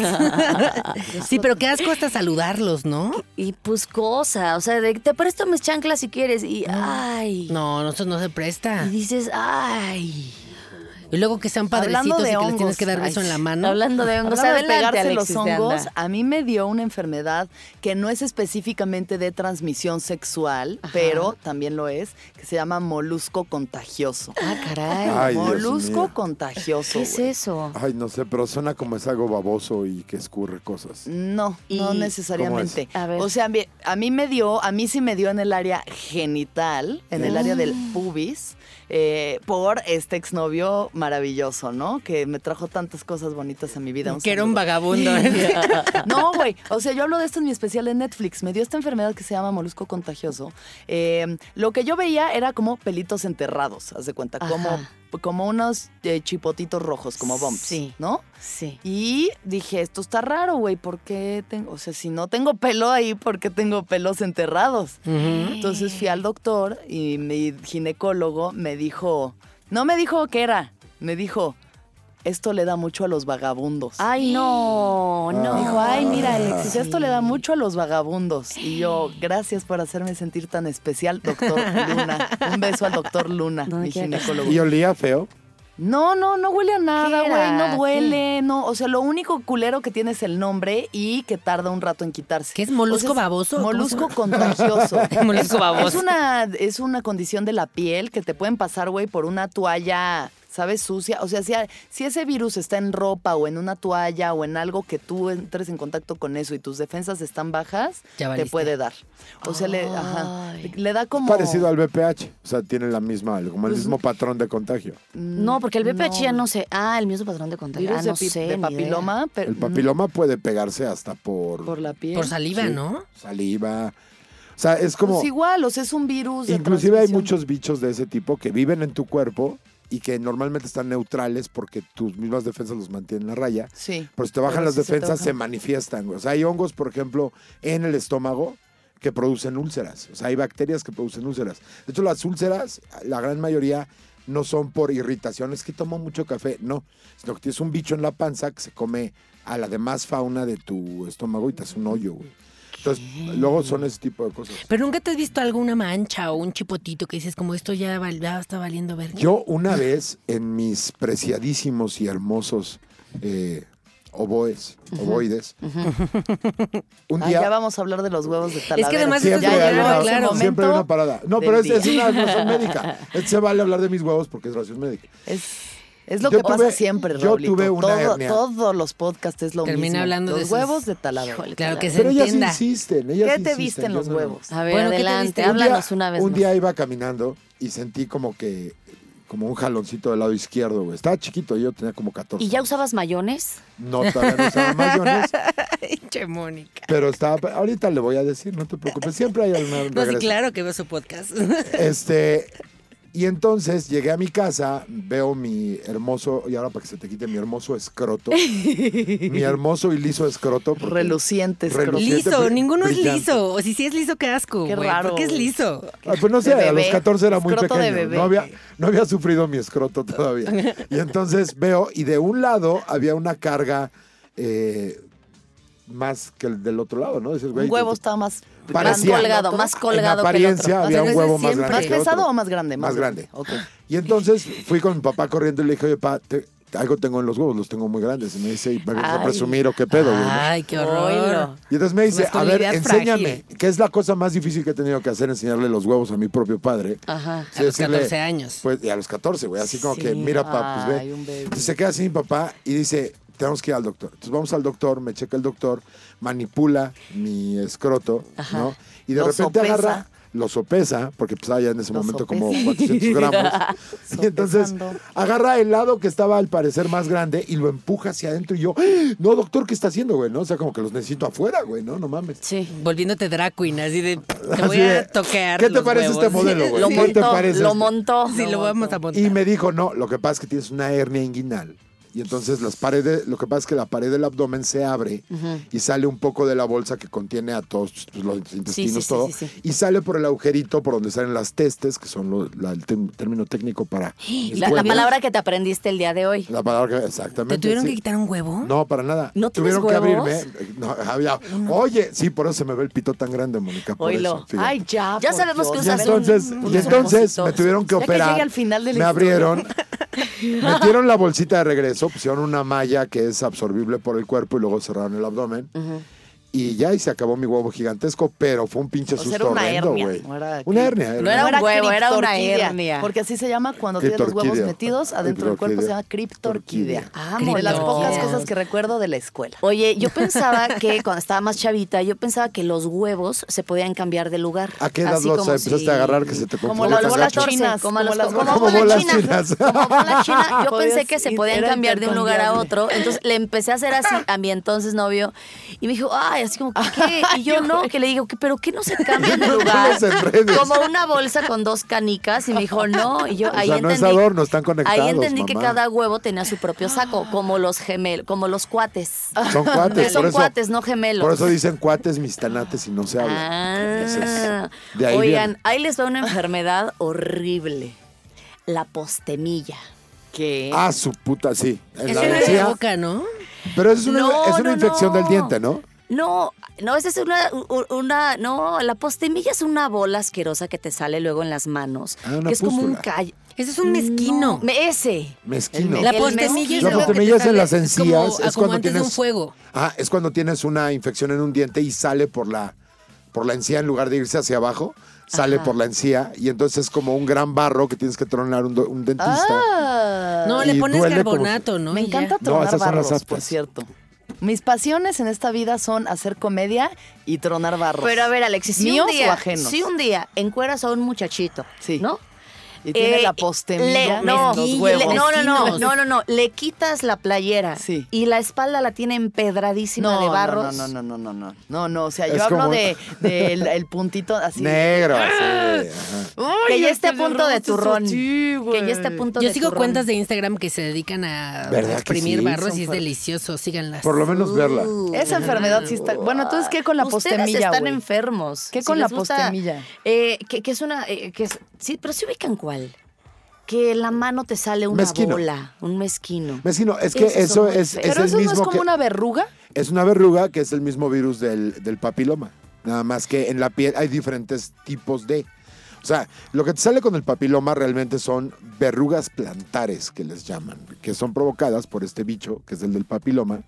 S5: Ah, Sí, pero qué asco hasta saludarlos, ¿no?
S3: Y pues cosa, o sea, de, te presto mis chanclas si quieres y ay.
S5: No, nosotros no se
S3: Y
S6: Ah.
S5: presta.
S3: dices, ay.
S5: Y luego que sean
S4: Hablando
S5: padrecitos y
S4: de
S5: que les tienes
S4: hongos,
S5: que dar beso
S4: ay,
S5: en la mano.
S3: Hablando de hongos,
S4: Hablando de
S3: adelante,
S4: pegarse
S3: Alexis
S4: los
S3: de
S4: hongos,
S3: Anda.
S4: a mí me dio una enfermedad que no es específicamente de transmisión sexual, pero también lo es, que se llama molusco contagioso.
S3: Ah, caray.
S6: Ay, Dios
S4: molusco
S6: mío.
S4: contagioso.
S3: ¿Qué es
S4: güey.
S3: eso?
S6: Ay, no sé, pero suena como es algo baboso y que escurre cosas.
S4: No,
S3: ¿Y
S4: no
S3: cómo
S4: necesariamente.
S3: es? A ver.
S4: O sea, mi- a mí me dio, a mí sí me dio en el área genital, en
S3: Ah.
S4: el área del pubis, eh, por este exnovio maravilloso, ¿no? Que me trajo tantas cosas bonitas a mi vida.
S5: que era un
S4: saludo.
S5: vagabundo.
S4: No, güey. O sea, yo hablo de esto en mi especial en Netflix. Me dio esta enfermedad que se llama molusco contagioso. Eh, lo que yo veía era como pelitos enterrados, haz de cuenta, como,
S3: Ajá.
S4: como unos eh, chipotitos rojos, como bumps,
S3: Sí.
S4: ¿no?
S3: Sí.
S4: Y dije, esto está raro, güey, ¿por qué tengo? O sea, si no tengo pelo ahí, ¿por qué tengo pelos enterrados? Entonces fui al doctor y mi ginecólogo me dijo, no me dijo qué era, me dijo, esto le da mucho a los vagabundos.
S3: Ay, no, no.
S4: Dijo, ay, mira,
S6: Ah.
S4: Alexis, esto le da mucho a los vagabundos. Y yo, gracias por hacerme sentir tan especial, doctor Luna. Un beso al doctor Luna,
S3: ¿Dónde
S4: mi
S3: quiera que esté.
S4: ginecólogo.
S6: Y olía feo.
S4: No, no, no huele a nada,
S3: ¿Qué
S4: güey,
S3: era?
S4: no duele, no. O sea, lo único culero que tiene es el nombre y que tarda un rato en quitarse.
S5: ¿Qué es,
S4: O sea,
S5: molusco
S4: es
S5: baboso? ¿Cómo
S4: Molusco
S5: se
S4: contagioso.
S5: Molusco
S4: Es-
S5: baboso.
S4: Es una, es una condición de la piel que te pueden pasar, güey, por una toalla, ¿sabes? Sucia. O sea, si, a- si ese virus está en ropa o en una toalla o en algo que tú entres en contacto con eso y tus defensas están bajas, te
S5: Ya valiste.
S4: puede dar. O sea, le, ajá,
S3: Ay.
S4: le da como...
S6: Parecido al BPH. O sea, tiene la misma, como
S4: Pues
S6: el mismo patrón de contagio.
S3: No, porque el BPH ya no sé. Ah, el mismo patrón de contagio.
S4: Virus
S3: ah,
S4: de,
S3: no
S4: pi-
S3: sé,
S4: de
S3: ni idea.
S4: papiloma, pero...
S6: El papiloma puede pegarse hasta por,
S4: Por la piel.
S5: Por saliva,
S6: Sí.
S5: ¿no?
S6: saliva. O sea, es como.
S4: Pues igual, o sea, es un virus. de
S6: Inclusive hay
S4: transmisión.
S6: muchos bichos de ese tipo que viven en tu cuerpo y que normalmente están neutrales porque tus mismas defensas los mantienen a raya.
S4: Sí.
S6: Pero si te bajan
S4: Pero
S6: las
S4: sí se te
S6: defensas, se,
S4: bajan.
S6: manifiestan. güey. O sea, hay hongos, por ejemplo, en el estómago que producen úlceras. O sea, hay bacterias que producen úlceras. De hecho, las úlceras, la gran mayoría, no son por irritación. Es que tomo mucho café. No, sino que tienes un bicho en la panza que se come a la demás fauna de tu estómago y te hace un hoyo, güey. Entonces, luego son ese tipo de cosas.
S5: Pero nunca te has visto alguna mancha o un chipotito que dices como esto ya, val- ya está valiendo verga.
S6: Yo una vez en mis preciadísimos y hermosos eh, oboes, ovoides, un
S4: Ah,
S6: día...
S4: ya vamos a hablar de los huevos de talavera.
S5: además
S4: ya
S5: esto
S6: Siempre,
S5: es
S6: hay,
S5: llegado,
S6: una,
S4: ese
S5: claro.
S4: momento
S6: siempre hay una parada. No, pero es,
S4: del
S6: es
S4: día.
S6: una razón médica. Este Se vale hablar de mis huevos porque es razón médica.
S4: Es, es lo
S6: Yo
S4: que pasa
S6: tuve-
S4: siempre,
S6: yo
S4: Raulito.
S6: tuve una
S4: Todo-
S6: hernia.
S4: Todos los podcasts es lo
S5: Termina
S4: mismo.
S5: hablando de
S4: los
S5: sus-
S4: huevos de talavera.
S3: Híjole,
S5: Claro que se
S6: Pero ellas
S5: entienda.
S6: insisten. Ellas
S4: ¿Qué te
S6: insisten,
S4: viste en
S6: yo
S4: los
S6: no lo-
S4: huevos?
S3: A ver,
S5: Bueno, ¿qué te
S3: adelante,
S5: diste?
S6: Un día-
S3: háblanos una vez
S6: Un
S3: más.
S6: día iba caminando y sentí como que como un jaloncito del lado izquierdo, güey. Estaba chiquito, yo tenía como 14.
S3: ¿Y ya usabas mayones?
S6: No, todavía no usaba mayones,
S5: Che, Mónica.
S6: pero estaba... Ahorita le voy a decir, no te preocupes. Siempre hay alguna
S5: No, sí,
S6: regresa.
S5: claro que veo su podcast.
S6: Este, Y entonces llegué a mi casa, veo mi hermoso, y ahora para que se te quite mi hermoso escroto, mi hermoso y liso escroto. porque-
S4: Relucientes, creo.
S6: Relucientes.
S5: Liso,
S6: Siete bri-
S5: ninguno es
S6: brillante.
S5: liso. O si sí es liso, qué asco.
S4: Qué
S5: güey,
S4: raro.
S5: ¿Por qué es liso?
S6: Ah, pues no sé,
S4: De
S6: a los
S4: bebé,
S6: 14 era muy
S4: escroto de
S6: pequeño.
S4: bebé.
S6: No había, no había sufrido mi escroto todavía. Y entonces veo, y de un lado había una carga eh, más que el del otro lado, ¿no? Dices, güey, pues,
S4: Un huevo
S6: te-
S4: está más
S6: Parecía-
S4: grande,
S3: colgado,
S4: ¿no?
S3: más colgado
S6: En
S3: que el
S6: apariencia
S3: otro.
S6: había
S5: O sea,
S6: un
S5: ese
S6: huevo más
S5: siempre.
S6: grande.
S4: ¿Más
S6: que otro.
S4: pesado o más grande?
S6: Más grande.
S4: Ok.
S6: Y entonces fui con mi papá corriendo y le dije, oye, pa, te- algo tengo en los huevos, los tengo muy grandes. Y me dice, ¿y para qué vas a
S4: Ay.
S6: presumir o qué pedo, güey? no?
S5: Ay, qué horror.
S4: Oilo.
S6: Y entonces me dice,
S5: Unas
S6: a ver,
S5: comidas
S6: enséñame,
S5: frágiles.
S6: ¿qué es la cosa más difícil que he tenido que hacer? Enseñarle los huevos a mi propio padre.
S3: Ajá.
S6: Sí,
S5: A los
S6: decirle,
S5: 14 años.
S6: Pues, y a los 14, güey, así como
S4: Sí.
S6: que, mira, papá, pues
S4: Ay,
S6: ve.
S4: un bebé.
S6: Entonces, se queda así mi papá y dice, tenemos que ir al doctor. Entonces vamos al doctor, me checa el doctor, manipula mi escroto, ¿no? Y de
S4: Lo
S6: repente
S4: sopesa.
S6: agarra, lo sopesa, porque pues había en ese
S4: Lo
S6: momento
S4: sopesa.
S6: como 400 gramos. y entonces
S4: Sopesando.
S6: agarra el lado que estaba al parecer más grande y lo empuja hacia adentro y yo, ¡Ah! no, doctor, ¿qué está haciendo, güey? ¿No? O sea, como que los necesito afuera, güey, ¿no? No mames.
S3: Sí.
S5: Volviéndote drag queen, así de. Te
S6: Así
S5: voy
S6: de,
S5: a toquear.
S6: ¿Qué te
S5: los
S6: parece
S5: huevos.
S6: este modelo, güey?
S3: Lo
S6: ¿Qué te
S3: montó,
S6: parece
S3: lo
S6: este?
S3: montó.
S5: Sí, lo vamos a montar.
S6: Y me dijo, no, lo que pasa es que tienes una hernia inguinal. Y entonces las paredes, lo que pasa es que la pared del abdomen se abre y sale un poco de la bolsa que contiene a todos pues, los intestinos,
S3: Sí, sí, sí,
S6: todo.
S3: sí, sí.
S6: Y sale por el agujerito por donde salen las testes, que son lo- la- el tem- término técnico para. mis
S3: La, la
S6: huevos.
S3: palabra que te aprendiste el día de hoy.
S6: La palabra que-
S5: ¿Te
S6: exactamente.
S5: tuvieron
S6: sí.
S5: que quitar un huevo?
S6: No, para nada.
S3: ¿No tienes
S6: Tuvieron
S3: huevos?
S6: que abrirme. eh, no, había- Oye, sí, por eso se me ve el pito tan grande, Mónica. por
S4: Oilo.
S6: eso, fíjate.
S4: Ay, ya.
S3: Ya
S4: por
S3: sabemos que
S6: Y
S4: Dios.
S3: usas un-
S6: entonces, y
S3: unos
S6: entonces me
S3: opositos.
S6: tuvieron que
S4: Ya que
S6: operar.
S4: llegue al final de la
S6: me
S4: historia.
S6: abrieron, metieron la bolsita de regreso, pusieron una malla que es absorbible por el cuerpo y luego cerraron el abdomen. Y ya, y se acabó mi huevo gigantesco, pero fue un pinche
S4: O sea,
S6: susto
S4: era una
S6: horrendo,
S4: hernia,
S6: güey.
S4: no era
S6: Una
S4: que-
S6: hernia.
S3: No era un huevo, era una
S4: criptorquidia,
S3: hernia.
S4: Porque así se llama cuando tienes los huevos
S6: Criptorquidia.
S4: metidos adentro del cuerpo, se llama
S6: Criptorquidia.
S4: criptorquidia.
S3: Ah,
S4: de las
S3: Criptorquidia.
S4: pocas cosas que recuerdo de la escuela.
S3: Oye, yo pensaba que cuando estaba más chavita, yo pensaba que los huevos se podían cambiar de lugar.
S6: ¿A qué edad
S3: Así
S6: los
S3: como
S6: empezaste
S3: si-
S6: a agarrar que se te
S4: Como
S3: Como
S6: confundió
S3: las
S6: tan
S3: bolas
S6: gacho?
S3: chinas, como las
S4: las-
S3: como
S6: como
S3: bola
S6: bolas
S3: china.
S6: chinas.
S3: Como bola china, yo
S4: Podías
S3: pensé que se
S4: ir-
S3: podían
S4: era
S3: cambiar de un lugar a
S4: intercambiable.
S3: otro. Entonces le empecé a hacer así a mi entonces novio y me dijo, ay, así como, ¿qué? Y yo no, que le digo, "¿Qué- ¿pero qué no se cambian de
S6: No
S3: lugar?
S6: los enredes.
S3: Como una bolsa con dos canicas y me dijo, no. Y yo
S6: O sea,
S3: ahí
S6: no es
S3: entendí.
S6: adorno, están conectados,
S3: Ahí entendí que
S6: mamá.
S3: cada huevo tenía su propio saco, como los gemelos, como los cuates.
S6: Son cuates,
S3: Que son
S6: por eso,
S3: cuates, no gemelos.
S6: Por eso dicen cuates, mis tanates y no se habla.
S3: Ah,
S6: Entonces, de ahí
S3: oigan,
S6: viene.
S3: ahí les va una enfermedad horrible. La postemilla. eh.
S4: ¿Qué?
S6: Ah, su puta, sí. En
S5: Es
S6: la
S5: en
S6: encía.
S5: la boca, ¿no?
S6: Pero eso es una,
S3: No,
S6: es una
S3: no,
S6: infección
S3: no.
S6: del diente, ¿no?
S3: No, no, esa es una, u- una- no, la postemilla es una bola asquerosa que te sale luego en las manos.
S6: Ah, una
S3: que es como un
S6: pústula.
S3: callo.
S5: Ese es un mezquino.
S3: Me- Ese.
S6: Mezquino.
S3: El
S5: La
S3: mezquino.
S5: postemilla es
S6: La
S5: algo que te
S6: postemilla es en
S5: sale-
S6: las encías.
S5: como- ah,
S6: es
S5: como
S6: cuando
S5: antes de
S6: tienes
S5: un fuego.
S6: Ah, es cuando tienes una infección en un diente y sale por la, por la encía en lugar de irse hacia abajo. Sale por la encía y entonces es como un gran barro que tienes que tronar un, do- un dentista.
S4: Ah.
S5: No,
S6: Y
S5: le pones
S6: duele como-
S5: carbonato, ¿no?
S4: Me
S5: Y ya.
S4: encanta
S6: No,
S4: tronar
S6: esas son las
S4: barros,
S6: aptas.
S4: por cierto. Mis pasiones en esta vida son hacer comedia y tronar barros.
S3: Pero a ver, Alexis, si
S4: ¿Míos
S3: un día,
S4: o ajenos?
S3: si un día encueras a un muchachito,
S4: Sí.
S3: ¿no?
S4: y tiene
S3: Eh,
S4: la postemilla
S3: le- no,
S4: en los
S5: le-
S4: huevos.
S3: no, no, no,
S5: Vecinos.
S3: no, no, no, le quitas la playera
S4: Sí.
S3: y la espalda la tiene empedradísima de barros.
S4: No, no, no, no, no, no. No, no, o sea, yo
S6: Es
S4: hablo
S6: como-
S4: de, de el, el puntito así.
S6: Negro,
S3: Ah.
S6: así. ajá.
S3: Que ya esté a punto de turrón. Que ya esté a punto
S5: Yo
S3: de
S5: sigo
S3: turrón.
S5: cuentas de Instagram que se dedican a
S6: ¿Verdad que
S5: exprimir
S6: sí?
S5: barros
S6: Son
S5: y es
S6: fuertes.
S5: delicioso. Síganlas.
S6: Por lo menos verla.
S3: Uh.
S4: Esa enfermedad sí está. Bueno, entonces, ¿qué con la
S3: Ustedes
S4: postemilla?
S3: están
S4: güey?
S3: enfermos.
S4: ¿Qué
S3: Si
S4: con la
S3: les gusta,
S4: postemilla?
S3: eh, que, que es una. eh, que es- sí, pero se ubican cuál. Que la mano te sale una
S6: Mezquino.
S3: bola, un mezquino.
S6: Vecino, es que
S3: Esos
S6: eso
S3: son muy
S6: es,
S3: feos.
S6: es
S4: Pero
S6: el
S4: eso no
S6: mismo
S4: es como
S6: que-
S4: una verruga.
S6: Es una verruga que es el mismo virus del, del papiloma. Nada más que en la piel hay diferentes tipos de. O sea, lo que te sale con el papiloma realmente son verrugas plantares que les llaman, que son provocadas por este bicho, que es el del papiloma.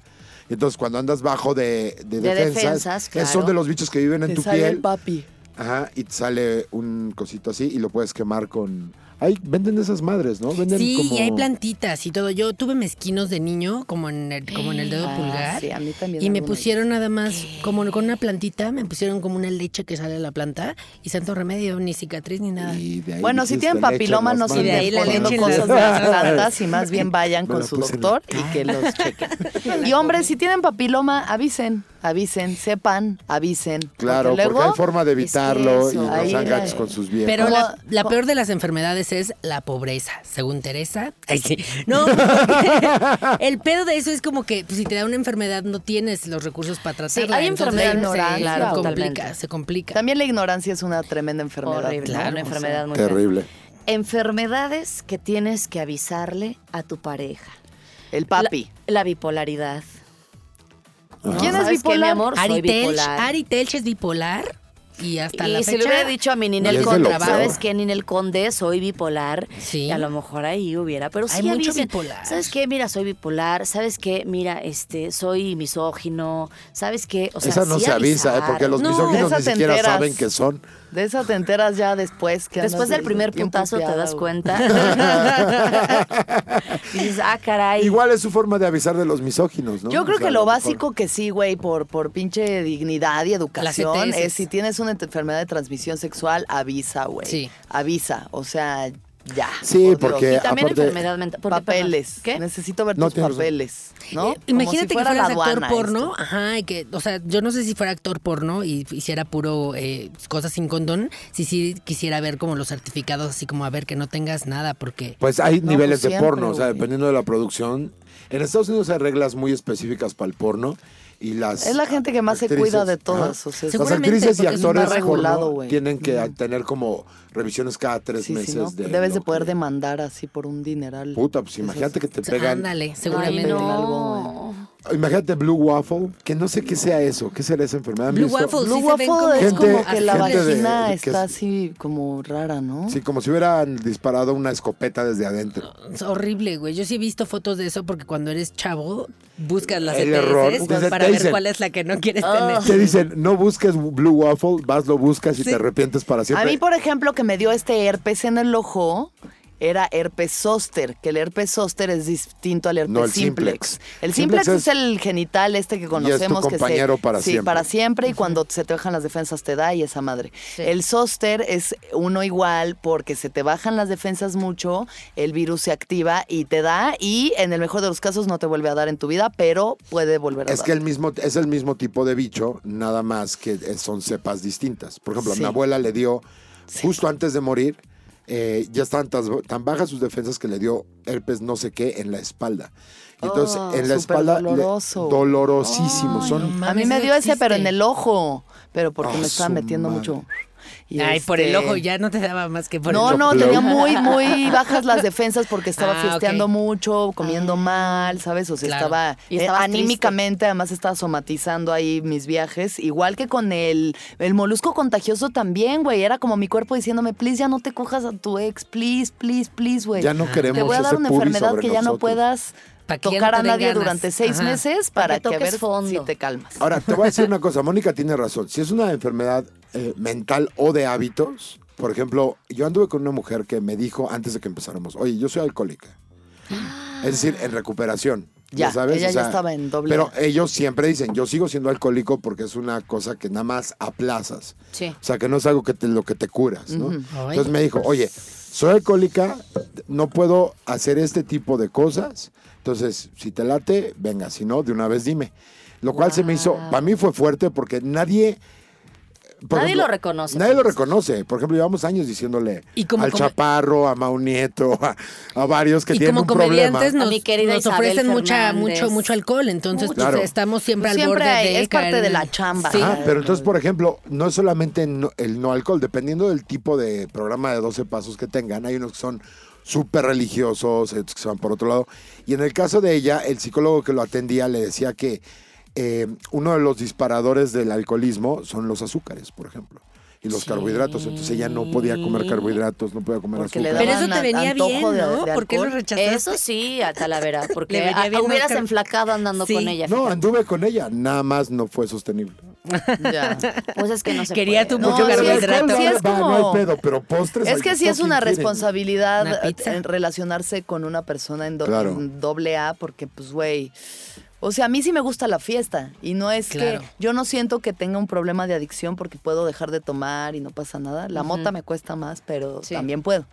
S6: Entonces, cuando andas bajo de, de
S3: De
S6: defensas,
S3: defensas,
S6: que
S3: claro.
S6: son de los bichos que viven en
S4: Te
S6: tu
S4: sale el
S6: piel.
S4: papi.
S6: Ajá, y te sale un cosito así y lo puedes quemar con. Ay, venden esas madres, ¿no? Venden
S5: Sí,
S6: como-
S5: y hay plantitas y todo. Yo tuve mezquinos de niño, como en el, como en el dedo
S4: Ah,
S5: pulgar.
S4: sí, a mí también
S5: Y me
S4: algunos.
S5: pusieron nada más, como con una plantita, me pusieron como una leche que sale de la planta y santo remedio, ni cicatriz ni nada.
S6: Y de ahí
S4: Bueno, si
S6: dijiste,
S4: tienen
S6: leche en
S4: papiloma,
S6: las
S4: no
S5: Y
S4: se
S5: de
S6: manos, pues,
S5: ahí la
S4: estén poniendo
S5: leche en
S4: cosas
S5: las
S4: de las
S5: manos.
S4: plantas y más bien vayan
S6: Me
S4: con
S6: la
S4: su
S6: puse en
S4: doctor
S6: la
S4: y que los chequen. Y hombres, si tienen papiloma, avisen. avisen, sepan, avisen.
S6: Claro, porque,
S4: luego-
S6: hay forma de evitarlo
S3: es
S6: y
S3: eso.
S6: no
S4: Ahí
S6: sean
S4: hay-
S6: gachos con sus viejos. Ah,
S5: Pero la,
S4: Como-
S5: la
S4: como-
S5: peor de las enfermedades es la pobreza, según Teresa. Ay, sí. No, porque el pedo de eso es como que pues, si te da una enfermedad no tienes los recursos para tratarla.
S3: Sí, hay
S5: entonces
S3: enfermedades,
S5: se,
S4: ignorancia,
S3: claro,
S5: complica,
S3: totalmente.
S5: se complica.
S4: También la ignorancia es una tremenda enfermedad.
S3: Horrible,
S5: claro,
S3: una
S4: o sea,
S3: enfermedad muy fea.
S6: Terrible.
S3: Enfermedades que tienes que avisarle a tu pareja.
S4: El papi.
S3: La, la bipolaridad.
S4: ¿Quién es
S3: ¿Sabes qué,
S4: bipolar?
S3: mi amor? Soy
S5: Ari Telch,
S3: bipolar.
S5: Ari Telch es bipolar y hasta la
S3: y
S5: fecha.
S3: si le hubiera dicho a mi
S6: Y
S3: Ninel
S6: es de
S3: Conde,
S6: lo peor.
S3: ¿sabes qué, Ninel Conde? Soy bipolar.
S5: Sí.
S3: Y a lo mejor ahí hubiera, pero sí
S5: Hay mucho
S3: avisen.
S5: bipolar.
S3: ¿Sabes qué? Mira, soy bipolar. ¿Sabes qué? Mira, este, soy misógino. ¿Sabes qué? O sea,
S6: Esa no
S3: sí
S6: se avisa, ¿eh?
S3: avisar.
S6: porque los
S4: No,
S6: misóginos
S4: esa
S6: ni
S4: te
S6: siquiera
S4: enteras.
S6: saben que son.
S4: De esa te enteras ya después que
S3: Después
S4: andas
S3: del
S4: ahí
S3: primer
S4: bien
S3: putazo te
S4: puteada,
S3: das
S4: güey.
S3: cuenta. y dices, ah, caray.
S6: Igual es su forma de avisar de los misóginos, ¿no?
S4: Yo creo
S6: O sea,
S4: que
S6: a
S4: lo
S6: mejor-
S4: básico que sí, güey, por, por pinche dignidad y educación,
S5: ETS.
S4: es si tienes una ent- enfermedad de transmisión sexual, avisa, güey.
S5: Sí.
S4: Avisa, o sea, ya.
S6: Sí,
S4: por Dios.
S6: porque
S4: Y
S3: Y también
S6: aparte-
S3: enfermedad mental. ¿Por qué, perdón?
S4: papeles.
S3: ¿Qué?
S4: Necesito ver
S6: No
S4: tus
S6: tienes razón.
S4: papeles, ¿no?
S5: Eh,
S4: Como
S5: Imagínate
S4: si
S5: que
S4: fuera la
S5: fueras actor
S4: aduana
S5: porno,
S4: esto.
S5: ajá, y que, o sea, yo no sé si fuera actor porno y hiciera puro eh, cosas sin condón, si sí quisiera ver como los certificados, así como a ver que no tengas nada, porque
S6: Pues hay
S4: No,
S6: niveles
S4: pues
S6: de
S4: siempre,
S6: porno, o sea,
S4: güey.
S6: dependiendo de la producción. En Estados Unidos hay reglas muy específicas para el porno y las
S4: Es la gente que más se
S6: actrices-
S4: cuida de todas,
S6: Ajá.
S4: o sea,
S6: las
S5: Seguramente,
S6: actrices y
S5: porque es un
S6: actores
S4: bar regulado,
S6: porno
S4: güey.
S6: tienen que tener como revisiones cada tres
S4: Sí,
S6: meses.
S4: sí, ¿no?
S6: de
S4: Debes
S6: lo
S4: de poder
S6: que-
S4: demandar así por un dineral.
S6: Puta, pues imagínate que te pegan.
S5: ándale,
S3: Ay,
S5: seguramente.
S3: no.
S6: Imagínate Blue Waffle, que no sé qué sea eso, qué será esa enfermedad.
S5: Blue
S6: Me hizo-
S5: Waffle,
S4: Blue
S5: sí se ven como
S4: Waffle es como
S6: gente-
S4: que la
S6: gente de-
S4: vagina
S6: que es-
S4: está así como rara, ¿no?
S6: Sí, como si hubieran disparado una escopeta desde adentro.
S5: Es horrible, güey. Yo sí he visto fotos de eso porque cuando eres chavo buscas las
S6: El
S5: ETS
S6: error, desde
S5: para
S6: te
S5: ver
S6: dicen.
S5: cuál es la que no
S4: Ah.
S5: quieres tener.
S6: Te dicen, no busques Blue Waffle, vas, lo buscas y te arrepientes para
S4: A
S6: siempre.
S4: mí, por ejemplo, que me dio este herpes en el ojo, era herpes zóster, que el herpes zóster es distinto al herpes
S6: No, el
S4: simplex.
S6: simplex.
S4: El simplex,
S6: Simplex
S4: es, el genital este que conocemos. que se-
S6: compañero para
S4: sí,
S6: siempre.
S4: para siempre y cuando se te bajan las defensas te da y esa madre. El zóster es uno igual porque se te bajan las defensas mucho, el virus se activa y te da y en el mejor de los casos no te vuelve a dar en tu vida, pero puede volver a
S6: Es
S4: dar.
S6: que el mismo, es el mismo tipo de bicho, nada más que eh, son cepas distintas. Por ejemplo,
S4: Sí.
S6: a mi abuela le dio, justo antes de morir, eh, ya estaban tas- tan, bajas sus defensas que le dio herpes no sé qué en la espalda. Y entonces,
S4: Oh,
S6: en la
S4: súper
S6: espalda, le-
S4: doloroso.
S6: dolorosísimo. son,
S4: A mí
S5: Mames,
S4: me
S5: eso
S4: dio ese, pero en
S5: existe.
S4: el ojo. Pero porque
S6: Ah,
S4: me estaba
S6: su
S4: metiendo
S6: madre.
S4: mucho. Y
S5: Ay, por el
S4: este-
S5: ojo ya no te daba más que por
S4: No,
S5: el ojo.
S4: no,
S6: Blow.
S4: tenía muy, muy bajas las defensas porque estaba
S5: Ah,
S4: fiesteando
S5: ok. Ah,
S4: mucho, comiendo mal, ¿sabes? O sea,
S5: Claro.
S4: estaba,
S3: Y
S4: eh,
S3: estabas
S4: anímicamente, además estaba somatizando ahí mis viajes. Igual que con el, el molusco contagioso también, güey. Era como mi cuerpo diciéndome, please, ya no te cojas a tu ex, please, please, please, güey.
S6: ya no queremos
S4: Te voy a dar
S6: ese
S4: una
S6: pubis
S4: enfermedad
S6: sobre
S4: que ya no
S6: nosotros.
S4: puedas
S5: Pa' que ya
S4: tocar
S5: no
S4: a
S5: te den
S4: nadie
S5: ganas.
S4: durante seis
S5: Ajá.
S3: Pa'
S4: meses
S3: que
S4: para que, a
S3: toques
S4: ver
S3: fondo.
S4: si te calmas.
S6: Ahora, te voy a decir una cosa, Mónica tiene razón. Si es una enfermedad eh, mental o de hábitos, por ejemplo, yo anduve con una mujer que me dijo antes de que empezáramos, oye, yo soy alcohólica. Es decir, en recuperación.
S4: Ah.
S6: Ya,
S4: Ya,
S6: sabes,
S4: ella
S6: o
S4: ya
S6: sea,
S4: estaba en doble
S6: Pero
S4: A.
S6: ellos siempre dicen, yo sigo siendo alcohólico porque es una cosa que nada más aplazas.
S3: Sí.
S6: O sea, que no es algo que te, lo que te curas, ¿no?
S5: Ay.
S6: Entonces me dijo, oye, soy alcohólica, no puedo hacer este tipo de cosas. Entonces, si te late, venga, si no, de una vez dime. Lo cual se me hizo, para mí fue fuerte porque nadie... por
S3: Nadie lo reconoce,
S6: Nadie lo
S3: Félix.
S6: reconoce. Por ejemplo, llevamos años diciéndole
S5: Y como-
S6: al
S5: como-
S6: Chaparro, a Mau Nieto, a, a varios que
S5: y
S6: tienen
S5: como
S6: un problema.
S5: comediantes
S3: A
S5: nos,
S3: mi querida
S5: nos
S3: Isabel
S5: ofrecen mucha,
S3: Fernández.
S5: mucho, mucho alcohol, entonces pues,
S6: Claro.
S5: estamos siempre al
S4: Siempre
S5: borde
S4: hay-
S5: de
S4: es parte
S5: caer en
S4: de la
S5: el-
S4: chamba.
S5: Sí.
S6: Ajá, Ah, pero entonces, por ejemplo, no es solamente no- el no alcohol, dependiendo del tipo de programa de 12 pasos que tengan, hay unos que son súper religiosos, otros que se van por otro lado. Y en el caso de ella, el psicólogo que lo atendía le decía que eh, uno de los disparadores del alcoholismo son los azúcares, por ejemplo. Y los carbohidratos, entonces ella no podía comer carbohidratos, no podía comer
S4: Porque le
S6: azúcar.
S5: Pero eso
S4: Daban
S5: te venía
S4: antojo
S5: bien,
S4: de-
S5: ¿no?
S4: de
S5: ¿Por qué lo
S4: alcohol.
S5: rechazaste?
S3: Eso sí, a Talavera,
S5: Le
S3: porque
S5: venía
S3: a-
S5: bien
S3: hubieras
S5: marcar-
S3: enflacado andando
S5: Sí.
S3: con ella.
S6: No,
S3: fíjate.
S6: anduve con ella, nada más no fue sostenible.
S4: Ya.
S3: Pues es que no se
S5: Quería
S3: puede.
S5: tu
S4: No,
S5: mucho
S4: sí, es
S5: carbohidrato.
S4: como- sí es
S6: Va, no
S4: como-
S6: hay pedo, pero postres.
S4: Es que sí es
S6: fucking
S4: una
S6: kidding.
S4: responsabilidad
S5: Una pizza.
S4: eh, relacionarse con una persona en, do-
S6: Claro.
S4: en doble A, porque pues, güey. O sea, a mí sí me gusta la fiesta y no es
S5: Claro.
S4: que yo no siento que tenga un problema de adicción porque puedo dejar de tomar y no pasa nada. La mota me cuesta más, pero
S3: Sí.
S4: también puedo.